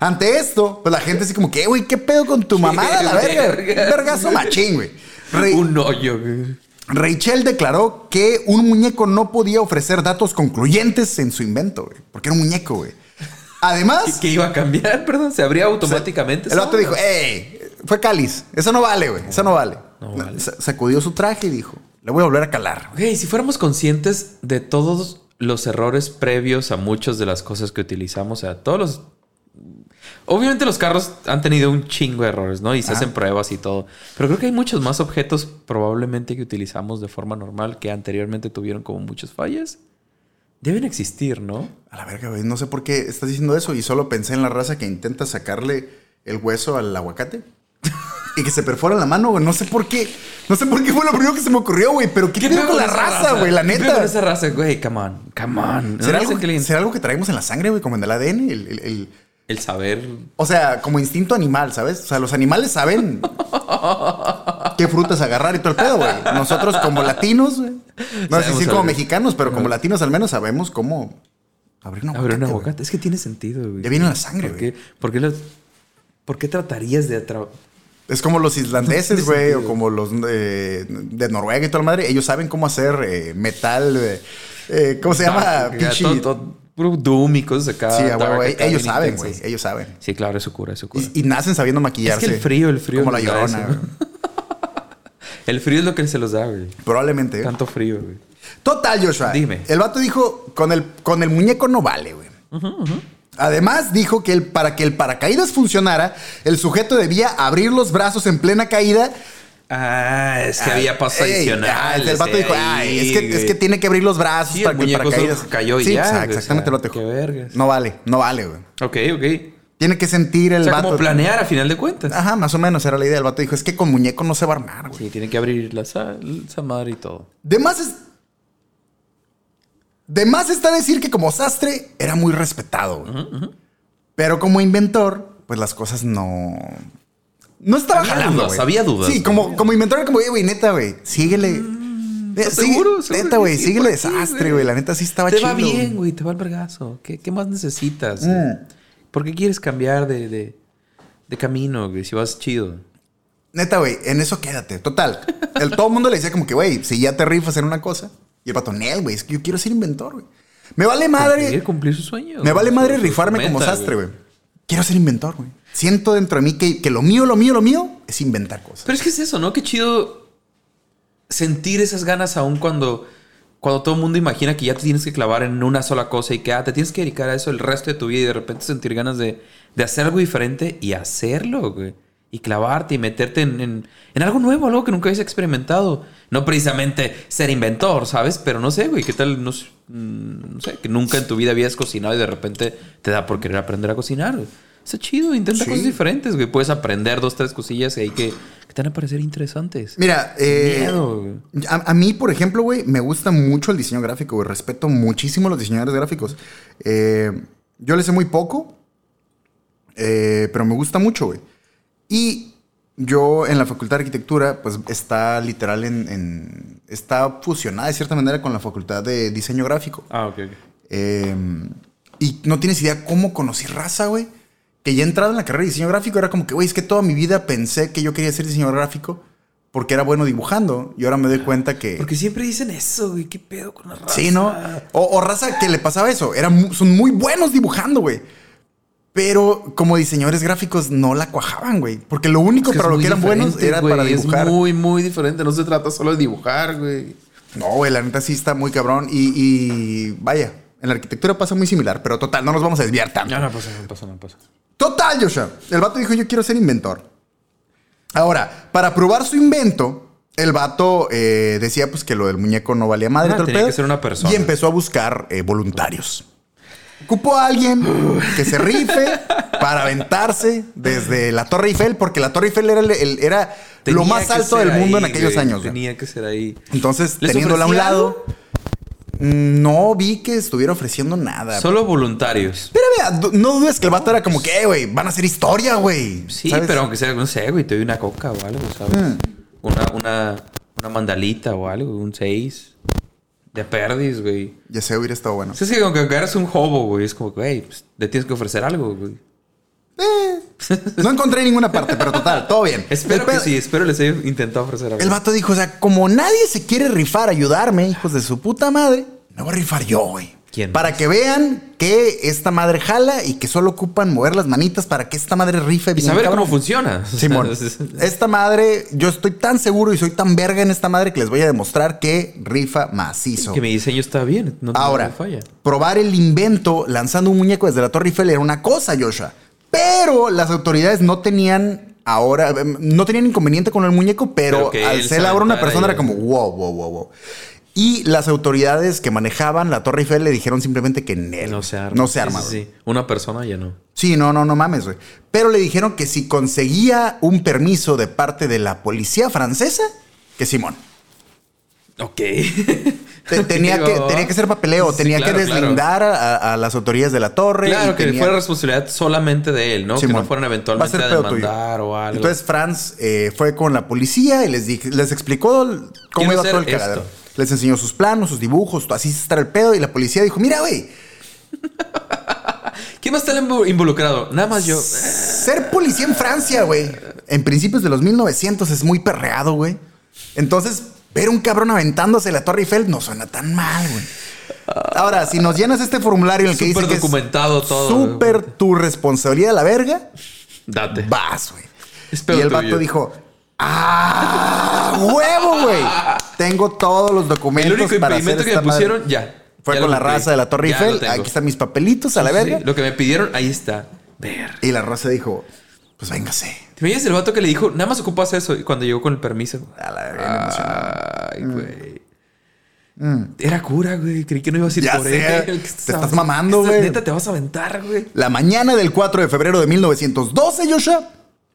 S2: Ante esto, pues la gente así como que, güey, ¿qué pedo con tu mamada, la verga?
S3: vergas.
S2: Vergazo machín, güey. Re-
S3: Un hoyo, güey.
S2: Rachel declaró que un muñeco no podía ofrecer datos concluyentes en su invento, güey. Porque era un muñeco, güey.
S3: ¿Qué,
S2: Además,
S3: qué iba a cambiar? Perdón, se abría automáticamente.
S2: el vato
S3: ¿sabes?
S2: dijo, ey, fue cáliz. Eso no vale, güey. Eso no vale.
S3: No vale.
S2: Sa- Sacudió su traje y dijo, le voy a volver a calar. güey.
S3: Güey, si fuéramos conscientes de todos los errores previos a muchas de las cosas que utilizamos, o sea, todos los... Obviamente los carros han tenido un chingo de errores, ¿no? Y se
S2: Ah.
S3: hacen pruebas y todo. Pero creo que hay muchos más objetos probablemente que utilizamos de forma normal que anteriormente tuvieron como muchas fallas. Deben existir, ¿no?
S2: A la verga, güey. No sé por qué estás diciendo eso y solo pensé en la raza que intenta sacarle el hueso al aguacate. y que se perfora la mano, güey. No sé por qué. No sé por qué fue lo primero que se me ocurrió, güey. Pero ¿qué, pedo con la
S3: esa
S2: raza, güey? La
S3: ¿Qué pedo
S2: neta.
S3: con esa raza, güey? Come on, come on. No
S2: ¿Será,
S3: le hacen
S2: algo,
S3: que le-
S2: será algo que traemos en la sangre, güey? Como en el ADN. El- el- el-
S3: El saber...
S2: o sea, como instinto animal, ¿sabes? O sea, los animales saben qué frutas agarrar y todo el pedo, güey. Nosotros como latinos, güey. No sé
S3: Sabemos
S2: si como
S3: abrir.
S2: mexicanos, pero como latinos al menos sabemos cómo abrir un
S3: Abrir un
S2: güey.
S3: aguacate. Es que tiene sentido, güey.
S2: Ya viene la sangre,
S3: ¿Por
S2: güey.
S3: qué, por qué los- por qué tratarías de atra-
S2: Es como los islandeses,
S3: Tiene
S2: güey, o
S3: sentido.
S2: como los eh, de Noruega y toda la madre. Ellos saben cómo hacer eh, metal, eh, eh, ¿cómo se llama?
S3: Dark,
S2: Pinche-
S3: todo- todo Ah, puro Doom y cosas acá.
S2: Sí, a
S3: dark
S2: huevo, güey.
S3: acá,
S2: Ellos
S3: bien
S2: saben, güey.
S3: intensas.
S2: Ellos saben.
S3: Sí, claro, eso cura, eso cura.
S2: Y, y nacen sabiendo
S3: es
S2: maquillarse.
S3: que el frío, el frío.
S2: Como la
S3: les da
S2: llorona,
S3: eso.
S2: güey.
S3: El frío es lo que se los da, güey.
S2: Probablemente. güey.
S3: Tanto frío, güey.
S2: Total, Joshua.
S3: Dime.
S2: El vato dijo, con el, con el muñeco no vale, güey. Además, dijo que el- para que el paracaídas funcionara, el sujeto debía abrir los brazos en plena caída
S3: Ah, es que había pasos
S2: Ey, ah,
S3: adicionales.
S2: el vato dijo, ay, es que, es que tiene que abrir los brazos
S3: Sí,
S2: para
S3: el
S2: que el
S3: muñeco solo
S2: paracaídas.
S3: cayó y
S2: Sí,
S3: ya,
S2: o sea,
S3: güey, o
S2: exactamente lo
S3: sea,
S2: dijo.
S3: qué vergas.
S2: No vale, no vale, güey.
S3: Ok, ok.
S2: Tiene que sentir el
S3: O sea,
S2: vato. Ah,
S3: como planear a final de cuentas.
S2: Ajá, más o menos era la idea. El vato dijo, es que con muñeco no se va a armar, güey.
S3: Sí, tiene que abrir la sa- esa madre y todo.
S2: De más es. De más está decir que como sastre era muy respetado, güey. Pero como inventor, pues las cosas no. No estaba
S3: Había
S2: jalando,
S3: dudas,
S2: güey.
S3: había dudas,
S2: Sí,
S3: güey.
S2: como, como inventor, era como, "Ey, güey, neta, güey, síguele. Eh,
S3: Mm, ¿estás
S2: sí,
S3: seguro? ¿Seguro
S2: Neta,
S3: que
S2: güey,
S3: sí?
S2: síguele
S3: ¿Por qué,
S2: desastre,
S3: güey?
S2: güey. La neta sí estaba
S3: te
S2: chido.
S3: va bien, güey, te va el vergazo. ¿Qué, qué más necesitas? güey?
S2: Mm.
S3: ¿Por qué quieres cambiar de, de, de camino, güey? Si vas chido.
S2: Neta, güey, en eso quédate. Total. El, todo el mundo le decía como que, güey, si ya te rifas en una cosa. Y el patonel, güey, es que yo quiero ser inventor, güey. Me vale
S3: Conseguir
S2: madre.
S3: cumplir sus sueños.
S2: Me vale
S3: su-
S2: madre
S3: su
S2: rifarme
S3: meta,
S2: como sastre, güey. Quiero ser inventor, güey. Siento dentro de mí que, que lo mío, lo mío, lo mío es inventar cosas.
S3: Pero es que es eso, ¿no? Qué chido sentir esas ganas aún cuando, cuando todo el mundo imagina que ya te tienes que clavar en una sola cosa y que ah, te tienes que dedicar a eso el resto de tu vida y de repente sentir ganas de, de hacer algo diferente y hacerlo, güey. Y clavarte y meterte en, en- en algo nuevo, algo que nunca habías experimentado. No precisamente ser inventor, ¿sabes? Pero no sé, güey, ¿qué tal? No sé, mm, no sé, que nunca en tu vida habías cocinado y de repente te da por querer aprender a cocinar. güey. Está chido, intenta
S2: Sí.
S3: cosas diferentes, güey. Puedes aprender dos, tres cosillas ahí que, que te van a parecer interesantes.
S2: Mira, eh,
S3: Miedo, güey.
S2: a, a mí, por ejemplo, güey, me gusta mucho el diseño gráfico, güey. Respeto muchísimo a los diseñadores gráficos. Eh, yo le sé muy poco, eh, pero me gusta mucho, güey. Y yo en la Facultad de Arquitectura, pues está literal en- en está fusionada de cierta manera con la Facultad de Diseño Gráfico.
S3: Ah, ok, ok.
S2: Eh, y no tienes idea cómo conocí raza, güey. Que ya entrado en la carrera de diseño gráfico era como que, güey, es que toda mi vida pensé que yo quería ser diseñador gráfico porque era bueno dibujando. Y ahora me doy cuenta que...
S3: Porque siempre dicen eso, güey. ¿Qué pedo con la raza?
S2: sí, ¿no? O, o raza que le pasaba eso. Era mu- son muy buenos dibujando, güey. Pero como diseñadores gráficos no la cuajaban, güey. Porque lo único
S3: Es que
S2: para
S3: es
S2: lo
S3: muy
S2: que eran
S3: diferente,
S2: buenos era
S3: güey,
S2: para dibujar.
S3: Es muy, muy diferente. No se trata solo de dibujar, güey.
S2: No, güey, la neta sí está muy cabrón. Y, y vaya, en la arquitectura pasa muy similar. Pero total, Ah, no nos vamos a desviar tanto.
S3: no pasa, no pasa, no pasa.
S2: Total, Joshua. El vato dijo, yo quiero ser inventor. Ahora, para probar su invento, el vato eh, decía pues que lo del muñeco no valía madre.
S3: Ah,
S2: todo el
S3: tenía
S2: pedo,
S3: que ser una persona.
S2: Y empezó a buscar eh, voluntarios. Ocupó a alguien que se rife para aventarse desde la Torre Eiffel, porque la Torre Eiffel era, el- el- era lo más alto del mundo en aquellos años. güey.
S3: Tenía que ser ahí.
S2: Entonces,
S3: ¿Les
S2: teniéndola a un
S3: ofrecía
S2: lado, no vi que estuviera ofreciendo nada.
S3: Solo voluntarios.
S2: Pero vea, du- no dudes que el vato era como que, "Eh, güey, van a hacer historia, güey.
S3: pues, Sí,
S2: ¿Sabes? Mm.
S3: pero aunque sea, no sé, güey, te doy una coca o algo, ¿sabes? Una, una, una mandalita o algo, un 6. De perdis, güey.
S2: Ya sé, hubiera estado bueno.
S3: O sea, es que aunque eres un hobo, güey, es como, güey, pues, le tienes que ofrecer algo, güey.
S2: Eh, No encontré ninguna parte, pero total, todo bien.
S3: Espero
S2: el,
S3: que
S2: pedo-
S3: sí, espero les haya intentado ofrecer algo.
S2: El vato dijo, o sea, como nadie se quiere rifar a ayudarme, hijos de su puta madre, me voy a rifar yo, güey.
S3: ¿Quién
S2: Para que vean que esta madre jala y que solo ocupan mover las manitas para que esta madre rife
S3: y
S2: bien
S3: saber
S2: cabrón.
S3: cómo funciona.
S2: Simón,
S3: Entonces,
S2: esta madre, yo estoy tan seguro y soy tan verga en esta madre que les voy a demostrar que rifa macizo.
S3: que mi diseño está bien, Pues no no
S2: Ahora,
S3: me falla.
S2: probar el invento lanzando un muñeco desde la Torre Eiffel era una cosa, Joshua. Pero las autoridades no tenían ahora, em, no tenían inconveniente con el muñeco, pero,
S3: Pero que
S2: al
S3: él
S2: ser
S3: se
S2: ahora una
S3: aventara
S2: persona
S3: y-
S2: era como wow, wow, wow, wow. Y las autoridades que manejaban la Torre Eiffel le dijeron simplemente que nel,
S3: No se arma.
S2: No se
S3: Sí,
S2: arma.
S3: sí,
S2: güey.
S3: sí. Una persona ya no.
S2: Sí, no, no, no mames, güey. Pero le dijeron que si conseguía un permiso de parte de la policía francesa, que Simón.
S3: Ok.
S2: Te- tenía, que, tenía que ser papeleo,
S3: Sí,
S2: tenía
S3: claro,
S2: que
S3: claro.
S2: deslindar a- a, a las autoridades de la torre.
S3: Claro,
S2: y
S3: que
S2: tenía-
S3: fuera responsabilidad solamente de él, ¿no? que
S2: Simón,
S3: no fueran
S2: va a
S3: eventualmente
S2: ser
S3: a,
S2: pedo tuyo.
S3: demandar o algo.
S2: Entonces Franz eh, fue con la policía y les, dije- les explicó el- cómo
S3: Quiero
S2: iba todo el
S3: hacer
S2: cagadero.
S3: esto.
S2: Les enseñó sus planos, sus dibujos, todo, así está el pedo. Y la policía dijo, mira, güey,
S3: ¿Quién más está invo- involucrado? Nada más yo. eh.
S2: ser policía en Francia, güey, en principios de los 1900 es muy perreado, güey. Entonces, ver un cabrón aventándose la Torre Eiffel no suena tan mal, güey. Ahora, si nos llenas este formulario en el que dice
S3: Súper
S2: que es
S3: documentado todo.
S2: súper tu responsabilidad, la verga,
S3: Date.
S2: vas, güey.
S3: Es pedo
S2: y el
S3: tuyo.
S2: vato dijo, ¡ah, huevo, güey! Tengo todos los documentos
S3: El único
S2: para hacer
S3: impedimento que me
S2: esta madre".
S3: pusieron, ya.
S2: Fue
S3: Ya
S2: con
S3: lo
S2: la
S3: cumplí.
S2: raza de la Torre
S3: Ya lo
S2: Eiffel.
S3: tengo.
S2: Aquí están mis papelitos a la
S3: Sí,
S2: verga.
S3: Lo que me pidieron, ahí está. Ver.
S2: Y la raza dijo, pues véngase.
S3: ¿Te imaginas el vato que le dijo, nada más ocupas eso? Y cuando llegó con el permiso.
S2: A la verga, bien emocionado.
S3: Ay, güey. Mm. Era cura, güey. Creí que no ibas a ir
S2: Ya
S3: por
S2: sé, te
S3: él. ¿Qué
S2: estás mamando,
S3: Esta-
S2: güey.
S3: Neta, te vas a aventar, güey.
S2: La mañana del 4 de febrero de 1912, Joshua,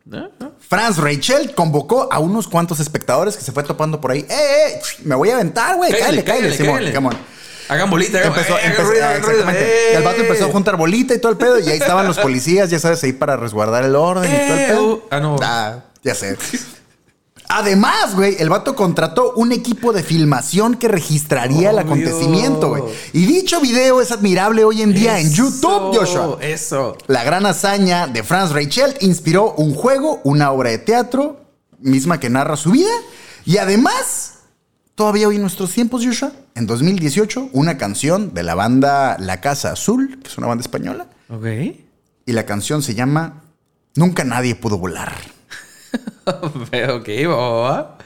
S3: ¿No? ¿No?
S2: Franz Rachel convocó a unos cuantos espectadores que se fue topando por ahí. ¡Eh, eh! Me voy a aventar, güey. Cállate, cállate, Simón. Come on.
S3: Hagan bolita, hagan
S2: Empezó,
S3: eh,
S2: empezó-
S3: ruido,
S2: ah,
S3: ruido,
S2: exactamente.
S3: eh.
S2: Y el vato empezó a juntar bolita y todo el pedo. Y ahí estaban los policías, ya sabes, ahí para resguardar el orden y todo el
S3: Eh,
S2: pedo.
S3: uh, ah, no.
S2: Ah, ya sé. Además, güey, el vato contrató un equipo de filmación que registraría el
S3: Obvio.
S2: acontecimiento, güey. Y dicho video es admirable hoy en día en
S3: Eso,
S2: YouTube, Joshua.
S3: Eso.
S2: La gran hazaña de Franz Rachel inspiró un juego, una obra de teatro, misma que narra su vida, y además Todavía hoy en nuestros tiempos, Joshua, en 2018, una canción de la banda La Casa Azul, que es una banda española,
S3: Ok.
S2: y la canción se llama Nunca nadie pudo volar.
S3: ok, va, va, va.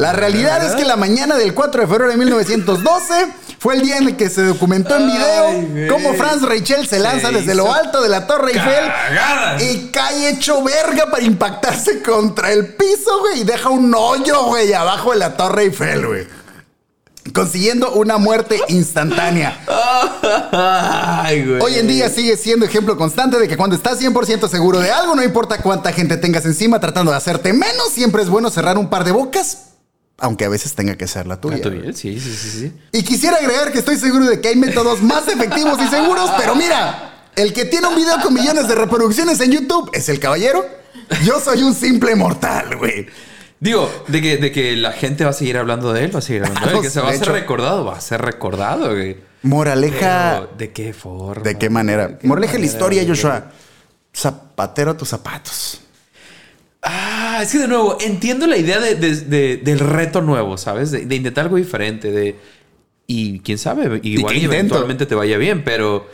S2: La realidad es que la mañana del 4 de febrero de 1912 fue el día en el que se documentó en
S3: Ay, güey.
S2: video cómo Franz Rachel se lanza desde lo
S3: hizo
S2: alto de la Torre Eiffel
S3: ¡Cagada!
S2: y cae hecho verga para impactarse contra el piso, güey, y deja un hoyo, güey, abajo de la Torre Eiffel, güey. Consiguiendo una muerte instantánea.
S3: Ay, güey.
S2: Hoy en día sigue siendo ejemplo constante de que cuando estás 100% seguro de algo, no importa cuánta gente tengas encima tratando de hacerte menos, siempre es bueno cerrar un par de bocas, aunque a veces tenga que ser la tuya.
S3: Ah, ¿tú bien? Sí, sí, sí, sí.
S2: Y quisiera agregar que estoy seguro de que hay métodos más efectivos y seguros, pero mira, el que tiene un video con millones de reproducciones en YouTube es el caballero. Yo soy un simple mortal, güey.
S3: Digo, de que, de que la gente va a seguir hablando de él, va a seguir hablando de él.
S2: No
S3: Que
S2: sé,
S3: se va a
S2: de
S3: ser
S2: hecho.
S3: recordado, va a ser recordado, güey.
S2: Moraleja.
S3: Pero, ¿De qué forma?
S2: ¿De qué manera?
S3: ¿De
S2: Moraleja de la
S3: manera,
S2: historia,
S3: güey?
S2: Joshua. Zapatero a tus zapatos.
S3: Ah, es que de nuevo, entiendo la idea de- de- de- del reto nuevo, ¿sabes? De, de intentar algo diferente, de... Y quién sabe, igual
S2: qué
S3: y
S2: intento?
S3: eventualmente te vaya bien, pero...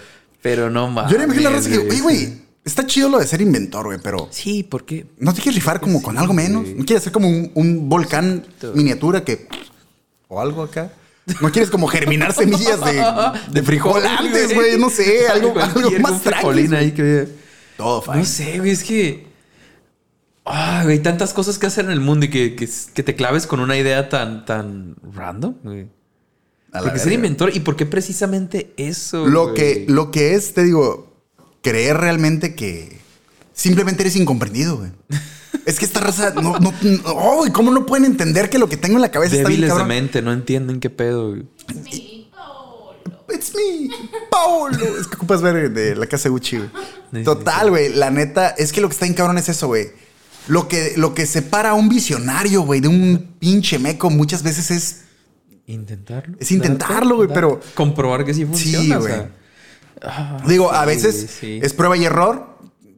S3: Pero no más.
S2: Yo le imagino la raza que, oye, güey, está chido lo de ser inventor, güey, pero
S3: Sí, porque...
S2: ¿no te quieres rifar como con algo menos? ¿No quieres ser como un, un volcán miniatura que... o algo acá? ¿No quieres como germinar semillas de, de frijol antes, güey? No sé, algo, algo
S3: Cualquier
S2: más tranquilo.
S3: frijolín ahí que...
S2: Todo
S3: No
S2: fine.
S3: sé, güey, es que. Ah, güey, tantas cosas que hacer en el mundo y que, que- que te claves con una idea tan, tan random, güey.
S2: A la
S3: Porque ser
S2: verga.
S3: inventor y por qué precisamente eso.
S2: Lo
S3: güey?
S2: que, lo que es, te digo, creer realmente que simplemente eres incomprendido, güey. Es que esta raza, no, no, no, oh, ¿cómo no pueden entender que lo que tengo en la cabeza está bien
S3: Débiles de
S2: cabrón?
S3: mente, no entienden qué pedo, güey.
S1: Sí. Oh, no.
S2: It's me, Paolo. Es que ocupas ver de la casa Gucci,
S3: sí,
S2: güey. Total, güey. La neta, es que lo que está en cabrón es eso, güey. Lo que, lo que separa a un visionario, güey, de un pinche meco muchas veces es.
S3: Intentarlo.
S2: Es intentarlo, güey,
S3: Darte-
S2: pero-
S3: Comprobar que sí funciona, o
S2: güey.
S3: sea. Ah,
S2: Digo, a
S3: sí,
S2: veces
S3: güey, sí.
S2: es prueba y error.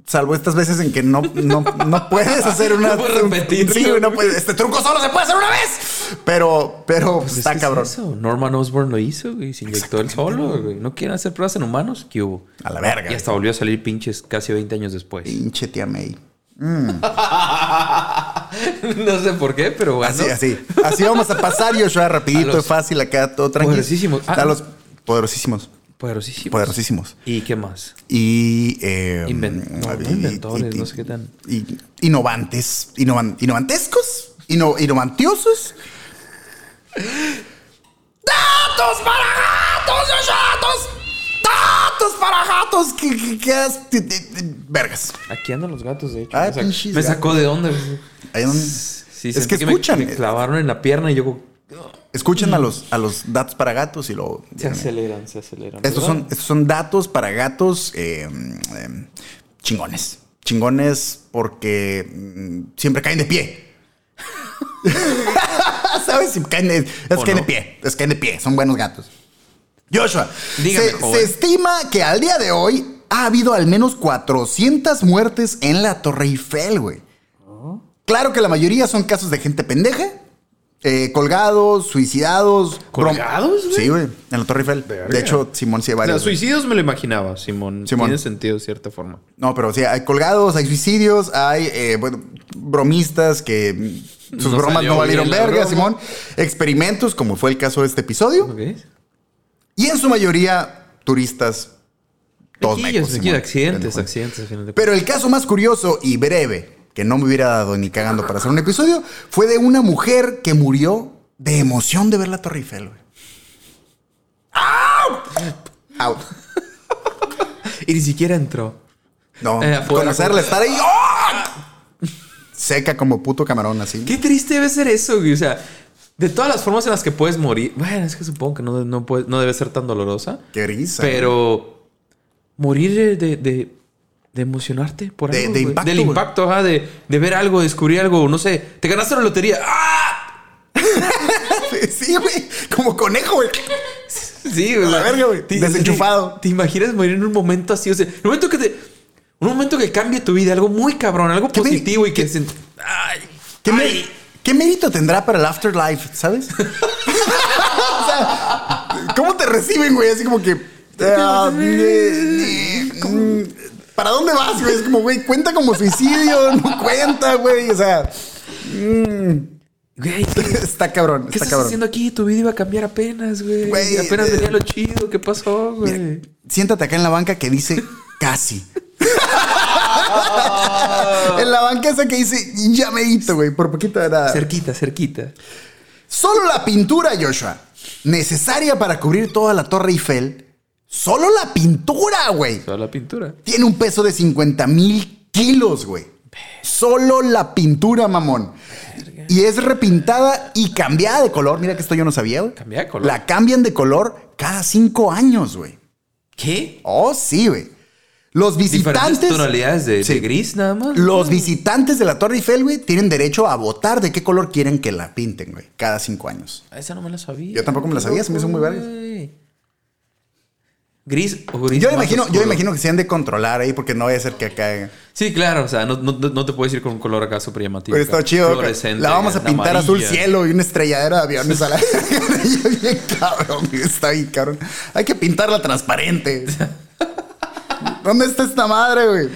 S2: Salvo estas veces en que no, no, no puedes hacer una.
S3: No puedes repetirlo,
S2: Sí, güey, no
S3: güey.
S2: puedes. Este truco solo se puede hacer una vez. Pero, pero
S3: Pues es
S2: está
S3: que es
S2: cabrón.
S3: eso. Norman Osborn lo hizo, güey. Se inyectó él solo, güey. No quieren hacer pruebas en humanos, ¿qué hubo?
S2: A la verga.
S3: Y hasta volvió a salir pinches casi 20 años después.
S2: Pinche tía May.
S3: no sé por qué, pero bueno.
S2: Así, así. Así vamos a pasar, Joshua, rapidito,
S3: A los
S2: fácil, acá, todo tranquilo.
S3: poderosísimos. Ah.
S2: a los poderosísimos.
S3: Poderosísimo.
S2: Poderosísimos.
S3: ¿Y qué más?
S2: Y. eh,
S3: Inven- no, no inventores, no sé qué tan-
S2: y- innovantes. Innovan, innovantescos. Inno, innovantiosos. ¡Datos para gatos, Joshua! ¡Datos! ¡Datos para gatos! ¿Qué, qué, qué has- te- te- te- Vergas.
S3: Aquí andan los gatos, de hecho.
S2: Ah,
S3: me, sac-
S2: pinches
S3: me sacó de onda.
S2: Ahí donde-
S3: Sí,
S2: es
S3: sentí
S2: que
S3: me-
S2: escuchan. eh.
S3: Me, Mm. clavaron en la pierna y yo
S2: Escuchen a los, a los datos para gatos y luego.
S3: se aceleran, se aceleran.
S2: Estos son,
S3: ¿verdad?
S2: estos son datos para gatos eh, eh, chingones. Chingones porque mm, siempre caen de pie. ¿Sabes? Si caen de, es
S3: ¿O
S2: caen de
S3: no?
S2: pie. Es caen de pie. Son buenos gatos. Joshua,
S3: Dígame,
S2: se,
S3: joven.
S2: se estima que al día de hoy ha habido al menos 400 muertes en la Torre Eiffel, güey.
S3: Oh.
S2: Claro que la mayoría son casos de gente pendeja. eh, colgados, suicidados. brom-
S3: ¿Colgados, güey?
S2: Sí, güey. En la Torre Eiffel.
S3: Verga.
S2: De hecho, Simón sí hay
S3: O sea,
S2: varios. güey.
S3: suicidios me lo imaginaba, Simón.
S2: Simón.
S3: Tiene sentido de cierta forma.
S2: No, pero sí, hay colgados, hay suicidios, hay eh, bueno, bromistas que mm, sus
S3: No
S2: bromas
S3: salió
S2: no valieron
S3: bien la
S2: verga,
S3: broma.
S2: Simón. Experimentos, como fue el caso de este episodio.
S3: Ok.
S2: Y en su mayoría, turistas. Todos
S3: Mequillos,
S2: mecos,
S3: mequillos,
S2: Simón.
S3: accidentes, accidentes, al final de
S2: Pero el caso más curioso y breve, que no me hubiera dado ni cagando para hacer un episodio, fue de una mujer que murió de emoción de ver la Torre Eiffel, güey. ¡Au! Au.
S3: cuentas. Y ni siquiera entró.
S2: No,
S3: Eh, afuera,
S2: conocerla, estar ahí. ¡ah! Seca como puto camarón, así.
S3: Qué triste debe ser eso, güey. O sea, de todas las formas en las que puedes morir. Bueno, es que supongo que no, no, puede- no debe ser tan dolorosa.
S2: Qué risa.
S3: Pero morir de, de, de- de emocionarte por
S2: De- de
S3: algo. güey.
S2: impacto,
S3: Del
S2: güey.
S3: impacto, ajá, de, de ver algo, descubrir algo. No sé, te ganaste la lotería. ¡Ah!
S2: sí, güey. Como conejo, güey.
S3: Sí, güey.
S2: A la verga, güey.
S3: Te-
S2: Desenchufado.
S3: Te, te imaginas morir en un momento así. O sea, un momento que te. Un momento que cambie tu vida, algo muy cabrón, algo
S2: ¿Qué me-
S3: positivo y que. se- ¡Ay!
S2: ¿Qué, mé-
S3: ay.
S2: qué mérito tendrá para el afterlife, sabes? O sea, ¿cómo te reciben, güey? Así como que. ah, eh, eh, mm, ¿Para dónde vas, güey? Es como, güey, cuenta como suicidio, no cuenta, güey. O sea,
S3: Güey, ¿qué,
S2: está cabrón, está
S3: qué estás
S2: cabrón.
S3: haciendo aquí? Tu video iba a cambiar apenas, güey.
S2: Güey,
S3: apenas
S2: eh,
S3: venía lo chido. ¿Qué pasó, güey?
S2: Siéntate acá en la banca que dice casi. en la banca esa que dice ya me hito, güey. Por poquito era.
S3: Cerquita, cerquita.
S2: Solo la pintura, Joshua, necesaria para cubrir toda la Torre Eiffel. Solo la pintura, güey.
S3: Toda la pintura.
S2: Tiene un peso de 50 mil kilos, güey. Solo la pintura, mamón. Y es repintada y cambiada de color. Mira que esto yo no sabía, güey.
S3: Cambiada de color.
S2: La cambian de color cada cinco años, güey.
S3: ¿Qué?
S2: Oh, sí, güey. Los
S3: Diferentes
S2: visitantes.
S3: tonalidades de, de
S2: Sí.
S3: gris nada más.
S2: Los visitantes de la Torre Eiffel, güey, tienen derecho a votar de qué color quieren que la pinten, güey, cada cinco años.
S3: Ah, Esa no me la sabía.
S2: Yo tampoco me la sabía, se me hizo muy
S3: Güey. Gris o gris.
S2: Yo
S3: más
S2: imagino, yo
S3: oscuro.
S2: imagino que se han de controlar ahí porque no vaya a ser que acá.
S3: Sí, claro, o sea, no, no, no te puedes ir con un color acá súper llamativo.
S2: Pero está
S3: acá,
S2: chido.
S3: fluorescente,
S2: La vamos a
S3: acá,
S2: pintar azul
S3: amarilla.
S2: cielo y una estrelladera de aviones a la. bien cabrón, güey, está bien cabrón. Hay que pintarla transparente. ¿Dónde está esta madre, güey?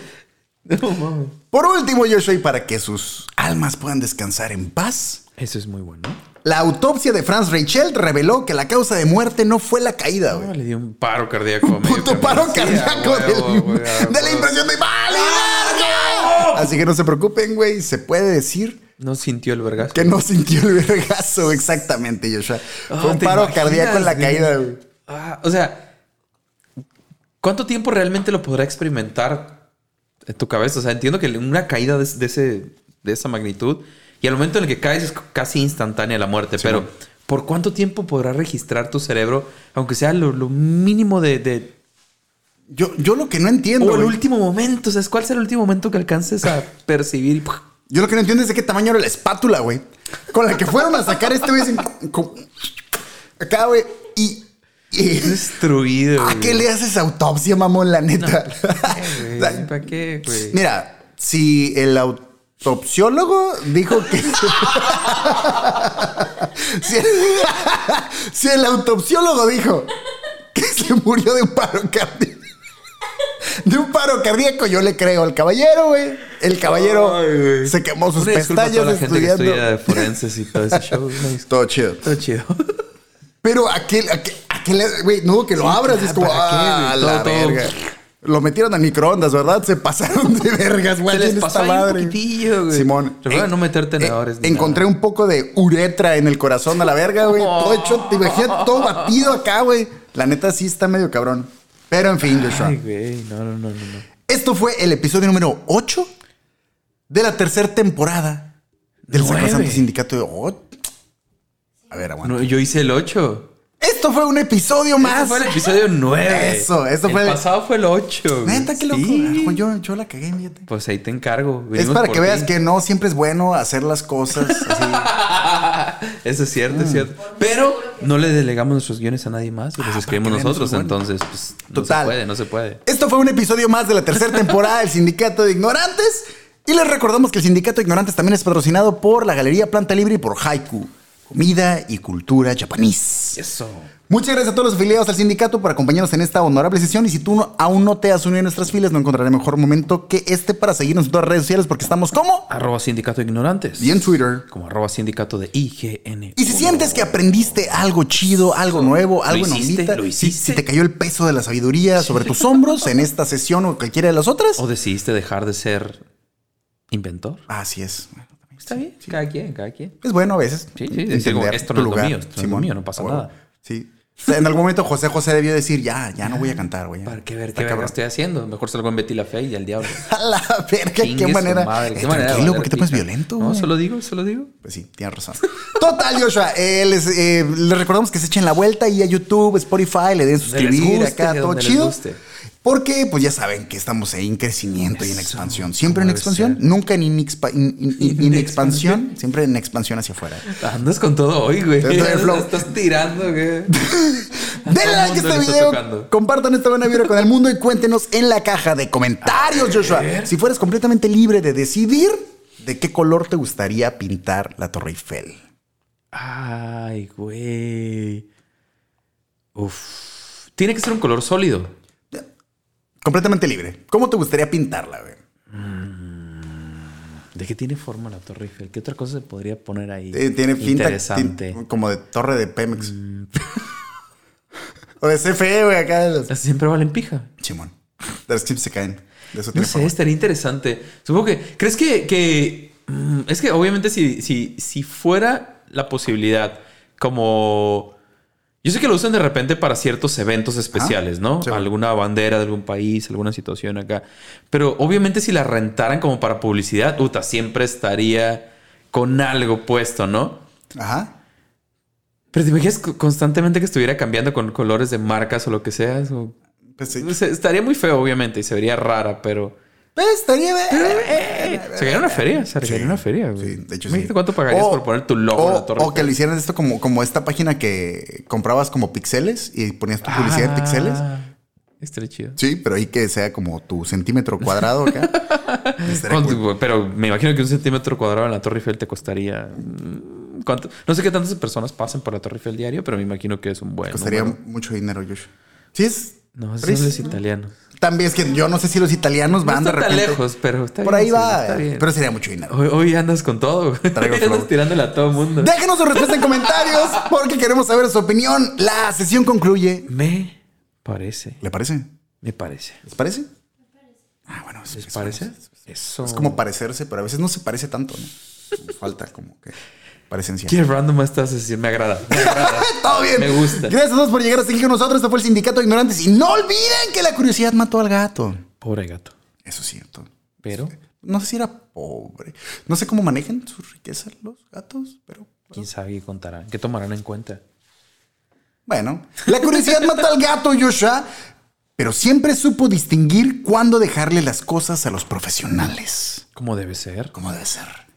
S3: No mames.
S2: Por último, Joshua, y para que sus almas puedan descansar en paz,
S3: Eso es muy bueno.
S2: La autopsia de Franz Rachel reveló que la causa de muerte no fue la caída,
S3: Ah,
S2: güey.
S3: le dio un paro cardíaco. a medio
S2: Puto
S3: camino.
S2: paro
S3: Sí, a
S2: cardíaco
S3: huevo,
S2: del-
S3: güey, a
S2: de la
S3: huevo.
S2: impresión de ¡Vale, verga! Así que no se preocupen, güey. Se puede decir
S3: No sintió el vergazo.
S2: que no sintió el vergazo exactamente, Joshua.
S3: Ah,
S2: Fue un
S3: ¿te
S2: paro
S3: imaginas,
S2: cardíaco en la
S3: güey?
S2: caída, güey.
S3: Ah, o sea, ¿cuánto tiempo realmente lo podrá experimentar en tu cabeza? O sea, entiendo que una caída de, de ese, de esa magnitud y al momento en el que caes es casi instantánea la muerte, pero ¿por cuánto tiempo podrá registrar tu cerebro, aunque sea lo, lo mínimo de... de-
S2: Yo, yo lo que no entiendo.
S3: o el
S2: güey,
S3: último momento, o sea, ¿cuál será el último momento que alcances a percibir? y ¡puf!
S2: Yo lo que no entiendo es de qué tamaño era la espátula, güey. Con la que fueron a sacar este güey. dicen, "Co- Acá, güey. Y. y-
S3: Destruido.
S2: ¿A
S3: güey.
S2: Ah, qué le haces autopsia, mamón, la neta?
S3: pues, eh, Güey,
S2: O sea,
S3: ¿Para qué, güey?
S2: Mira, si el autopsiólogo dijo que. si, el, si el autopsiólogo dijo que se murió de un paro cardíaco. De un paro cardíaco, yo le creo al caballero, güey. El caballero
S3: Ay, güey.
S2: se quemó sus
S3: Una disculpa a toda
S2: pestañas
S3: la gente que
S2: estudiando.
S3: estudia de forenses y todo ese show. Una disculpa.
S2: Todo chido.
S3: Todo chido.
S2: Pero aquel, aquel, aquel- güey, no, que lo abras y es como,
S3: claro, ¿para qué,
S2: ah,
S3: güey?
S2: la
S3: Todo, todo.
S2: verga. Lo metieron al microondas, ¿verdad? Se pasaron de vergas, güey.
S3: Se les
S2: en esta
S3: pasó ahí un poquitillo, güey.
S2: Simón.
S3: Recuerda no meter tenedores
S2: tenedores.
S3: ni
S2: Eh, encontré un poco de uretra en el corazón a la verga, güey. Todo hecho, te imaginas, todo batido acá, güey. La neta sí está medio cabrón. Pero en fin, Joshua.
S3: Ay, güey. No, no, no, no. no.
S2: Esto fue el episodio número 8 de la tercera temporada del
S3: Nueve.
S2: sacrosante sindicato de... Oh. A ver, aguanta.
S3: No, yo hice el 8.
S2: Esto fue un episodio
S3: Este
S2: más.
S3: fue el episodio 9.
S2: Eso, eso
S3: el
S2: fue el-
S3: pasado fue el 8.
S2: Neta, qué loco. Ajo, Yo, yo la cagué, fíjate.
S3: Pues ahí te encargo.
S2: Es
S3: Venimos
S2: para
S3: por
S2: que veas
S3: ti.
S2: que no siempre es bueno hacer las cosas así.
S3: Ah, Eso es cierto,
S2: Mm.
S3: es cierto. Pero no le delegamos nuestros guiones a nadie más y los escribimos
S2: que vean,
S3: nosotros.
S2: eso es bueno.
S3: Entonces, pues,
S2: Total.
S3: no se puede, no se puede.
S2: Esto fue un episodio más de la tercera temporada del Sindicato de Ignorantes. Y les recordamos que el Sindicato de Ignorantes también es patrocinado por la Galería Planta Libre y por Haiku, comida y cultura japonés.
S3: Eso.
S2: Muchas gracias a todos los afiliados al sindicato por acompañarnos en esta honorable sesión. Y si tú no- aún no te has unido a nuestras filas, no encontraré mejor momento que este para seguirnos en todas las redes sociales porque estamos como
S3: Arroba sindicato de ignorantes.
S2: y en Twitter.
S3: Como arroba sindicato de IGN.
S2: Y si sientes que aprendiste algo chido, algo nuevo, algo en
S3: hiciste,
S2: ondita,
S3: lo
S2: si-
S3: hiciste.
S2: si te cayó el peso de la sabiduría sobre tus hombros en esta sesión o cualquiera de las otras,
S3: O decidiste dejar de ser inventor.
S2: así es.
S3: Está bien. Cada quien, cada quien.
S2: Es bueno a veces.
S3: Sí, sí,
S2: entender
S3: decir como, esto no
S2: tu
S3: es lo
S2: lugar,
S3: mío, esto no es lo
S2: Simón.
S3: mío, no pasa
S2: Ah, bueno.
S3: nada.
S2: Sí. O sea, en algún momento José José debió decir, ya, ya no voy a cantar, güey. ya.
S3: Para que ver
S2: Está
S3: qué verga
S2: cabrón.
S3: estoy haciendo. Mejor salgo en Betty la Fe y al diablo.
S2: A la verga,
S3: Chingue
S2: qué
S3: su
S2: manera.
S3: madre,
S2: Eh,
S3: qué manera de
S2: tranquilo,
S3: valer
S2: ¿por qué te pones
S3: pita.
S2: violento?
S3: No,
S2: güey?
S3: solo digo, solo digo.
S2: Pues sí, tienes razón. Total, Joshua. eh, les, eh, les recordamos que se echen la vuelta y a YouTube, Spotify, le den suscribir
S3: guste,
S2: Pues acá, todo
S3: donde les
S2: chido.
S3: guste.
S2: Porque, pues ya saben que estamos ahí en crecimiento y en
S3: Eso,
S2: expansión. Siempre en
S3: como debe
S2: expansión,
S3: ser.
S2: nunca en inexpa- in- in- in- inexpansión, siempre en expansión hacia afuera.
S3: Andas con todo hoy, güey.
S2: Yo estoy en flow.
S3: Estás tirando, güey.
S2: Denle
S3: el
S2: like a
S3: mundo
S2: este
S3: le está
S2: video,
S3: tocando.
S2: compartan esta buena vibra con el mundo y cuéntenos en la caja de comentarios, Joshua. Si fueras completamente libre de decidir de qué color te gustaría pintar la Torre Eiffel.
S3: Ay, güey. Uf. Tiene que ser un color sólido.
S2: Completamente libre. ¿Cómo te gustaría pintarla, güey?
S3: ¿De qué tiene forma la Torre Eiffel? ¿Qué otra cosa se podría poner ahí?
S2: Eh, tiene finta
S3: interesante.
S2: tin- como de torre de Pemex. o de CFE, güey, acá de los...
S3: Ah, Siempre valen pija.
S2: Simón. De los chips se caen. De eso
S3: No
S2: tiene
S3: sé,
S2: forma.
S3: estaría interesante. Supongo que. ¿Crees que.? que mm, es que obviamente, si, si, si fuera la posibilidad, como. Yo sé que lo usan de repente para ciertos eventos especiales, ¿no?
S2: sí.
S3: Alguna bandera de algún país, alguna situación acá. Pero obviamente, si la rentaran como para publicidad, puta, siempre estaría con algo puesto, ¿no?
S2: Ajá.
S3: Pero te imaginas co- constantemente que estuviera cambiando con colores de marcas o lo que sea. Eso-
S2: Pues sí.
S3: no sé, estaría muy feo, obviamente, y se vería rara, pero.
S2: Pues, estaría...
S3: Eh, Se ganaría una feria, se ganaría una feria, güey.
S2: Sí, de hecho
S3: Imagínate
S2: sí.
S3: Mm. cuánto pagarías
S2: O-
S3: por poner tu logo
S2: o,
S3: en la torre.
S2: o que lo hicieran esto como, como esta página que comprabas como pixeles y ponías tu publicidad en pixeles.
S3: Ah. Estaría chido.
S2: Sí, pero ahí que sea como tu centímetro cuadrado acá. Estaría
S3: Con
S2: cool.
S3: tu- Pero me imagino que un centímetro cuadrado en la Torre Eiffel te costaría. mm, ¿cuánto? No sé qué tantas personas pasen por la Torre Eiffel diario, pero me imagino que es un buen.
S2: Costaría
S3: número.
S2: mucho dinero, Josh. Sí, es.
S3: No, esos
S2: Riz-
S3: son los italianos.
S2: También es que yo no sé si los italianos
S3: No
S2: van de
S3: está tan
S2: repente.
S3: lejos, pero está
S2: Por
S3: bien,
S2: ahí
S3: sí,
S2: va. eh.
S3: está bien.
S2: Pero sería mucho dinero.
S3: Hoy, hoy andas con todo, güey.
S2: Traigo
S3: Hoy andas
S2: flow.
S3: tirándole a todo mundo.
S2: Déjenos su respuesta en comentarios porque queremos saber su opinión. La sesión concluye.
S3: Me parece.
S2: ¿Le parece?
S3: Me parece.
S2: ¿Les parece? Ah, bueno, es,
S3: ¿Les
S2: es-
S3: parece?
S2: Es,
S3: Eso.
S2: es como parecerse, pero a veces no se parece tanto, ¿no? Como Falta como que parecencia.
S3: Qué random estás decir, me agrada. Me agrada.
S2: ¡Eh, Todo bien.
S3: Me gusta.
S2: Gracias a todos por llegar hasta aquí con nosotros. Esto fue el Sindicato de Ignorantes. Y no olviden que la curiosidad mató al gato.
S3: Pobre gato.
S2: Eso es cierto.
S3: Pero,
S2: No sé si era pobre. No sé cómo manejan sus riquezas los gatos, pero
S3: quién sabe qué contarán, qué tomarán en cuenta.
S2: bueno. La curiosidad mata al gato, Joshua. Pero siempre supo distinguir cuándo dejarle las cosas a los profesionales.
S3: ¿Cómo debe ser?
S2: Como debe ser.